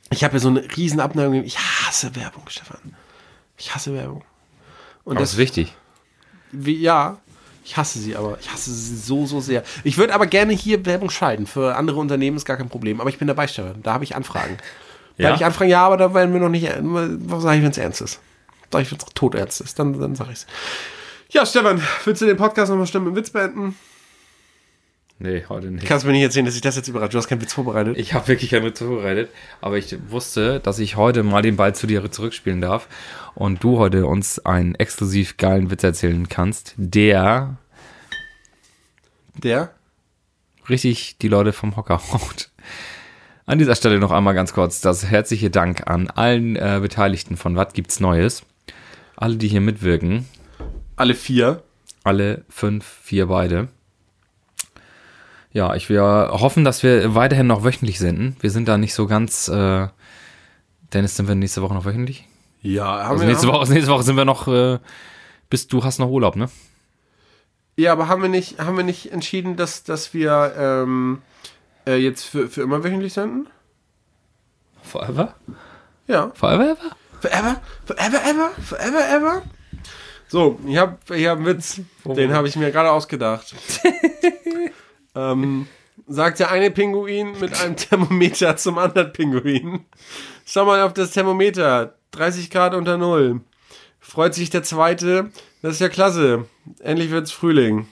S1: Ich habe ja so eine riesen Abneigung. Ich hasse Werbung, Stefan. Ich hasse Werbung. Und
S2: Aber das ist wichtig.
S1: Wie, ja, ich hasse sie, aber ich hasse sie so, so sehr. Ich würde aber gerne hier Werbung schalten. Für andere Unternehmen ist gar kein Problem. Aber ich bin dabei, Stefan. Da habe ich Anfragen.
S2: Ja?
S1: Weil ich Anfragen, ja, aber da werden wir noch nicht. Was sage ich, wenn es ernst ist? Sag ich, wenn es todernst ist, dann, dann sage ich es. Ja, Stefan, willst du den Podcast nochmal stimmen im Witz beenden?
S2: Nee, heute nicht.
S1: Kannst du mir nicht erzählen, dass ich das jetzt überrascht. Du hast keinen Witz vorbereitet.
S2: Ich habe wirklich keine zubereitet, aber ich wusste, dass ich heute mal den Ball zu dir zurückspielen darf und du heute uns einen exklusiv geilen Witz erzählen kannst, der
S1: Der?
S2: richtig die Leute vom Hocker haut. An dieser Stelle noch einmal ganz kurz das herzliche Dank an allen äh, Beteiligten von Was gibt's Neues? Alle, die hier mitwirken,
S1: Alle vier.
S2: alle fünf, vier beide. Ja, ich wir hoffen, dass wir weiterhin noch wöchentlich senden. Wir sind da nicht so ganz. Äh, Dennis, sind wir nächste Woche noch wöchentlich?
S1: Ja, haben
S2: Also
S1: wir,
S2: nächste, Woche, also nächste Woche sind wir noch. Äh, bist du hast noch Urlaub, ne?
S1: Ja, aber haben wir nicht, haben wir nicht entschieden, dass, dass wir ähm, äh, jetzt für, für immer wöchentlich senden?
S2: Forever?
S1: Ja.
S2: Forever ever?
S1: Forever, forever, ever, forever, ever. So, ich habe ich hab einen Witz. Den habe ich mir gerade ausgedacht. ähm, sagt der eine Pinguin mit einem Thermometer zum anderen Pinguin. Schau mal auf das Thermometer. 30 Grad unter Null. Freut sich der zweite. Das ist ja klasse. Endlich wird's Frühling.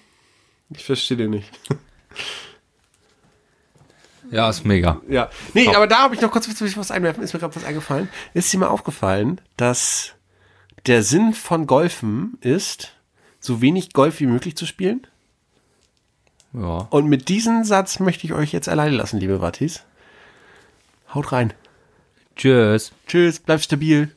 S1: Ich verstehe den nicht.
S2: Ja, ist mega.
S1: Ja. Nee, aber da habe ich noch kurz will ich was einwerfen, ist mir gerade was eingefallen. Ist dir mal aufgefallen, dass der Sinn von Golfen ist, so wenig Golf wie möglich zu spielen?
S2: Ja.
S1: Und mit diesem Satz möchte ich euch jetzt alleine lassen, liebe Wattis. Haut rein.
S2: Tschüss.
S1: Tschüss, bleibt stabil.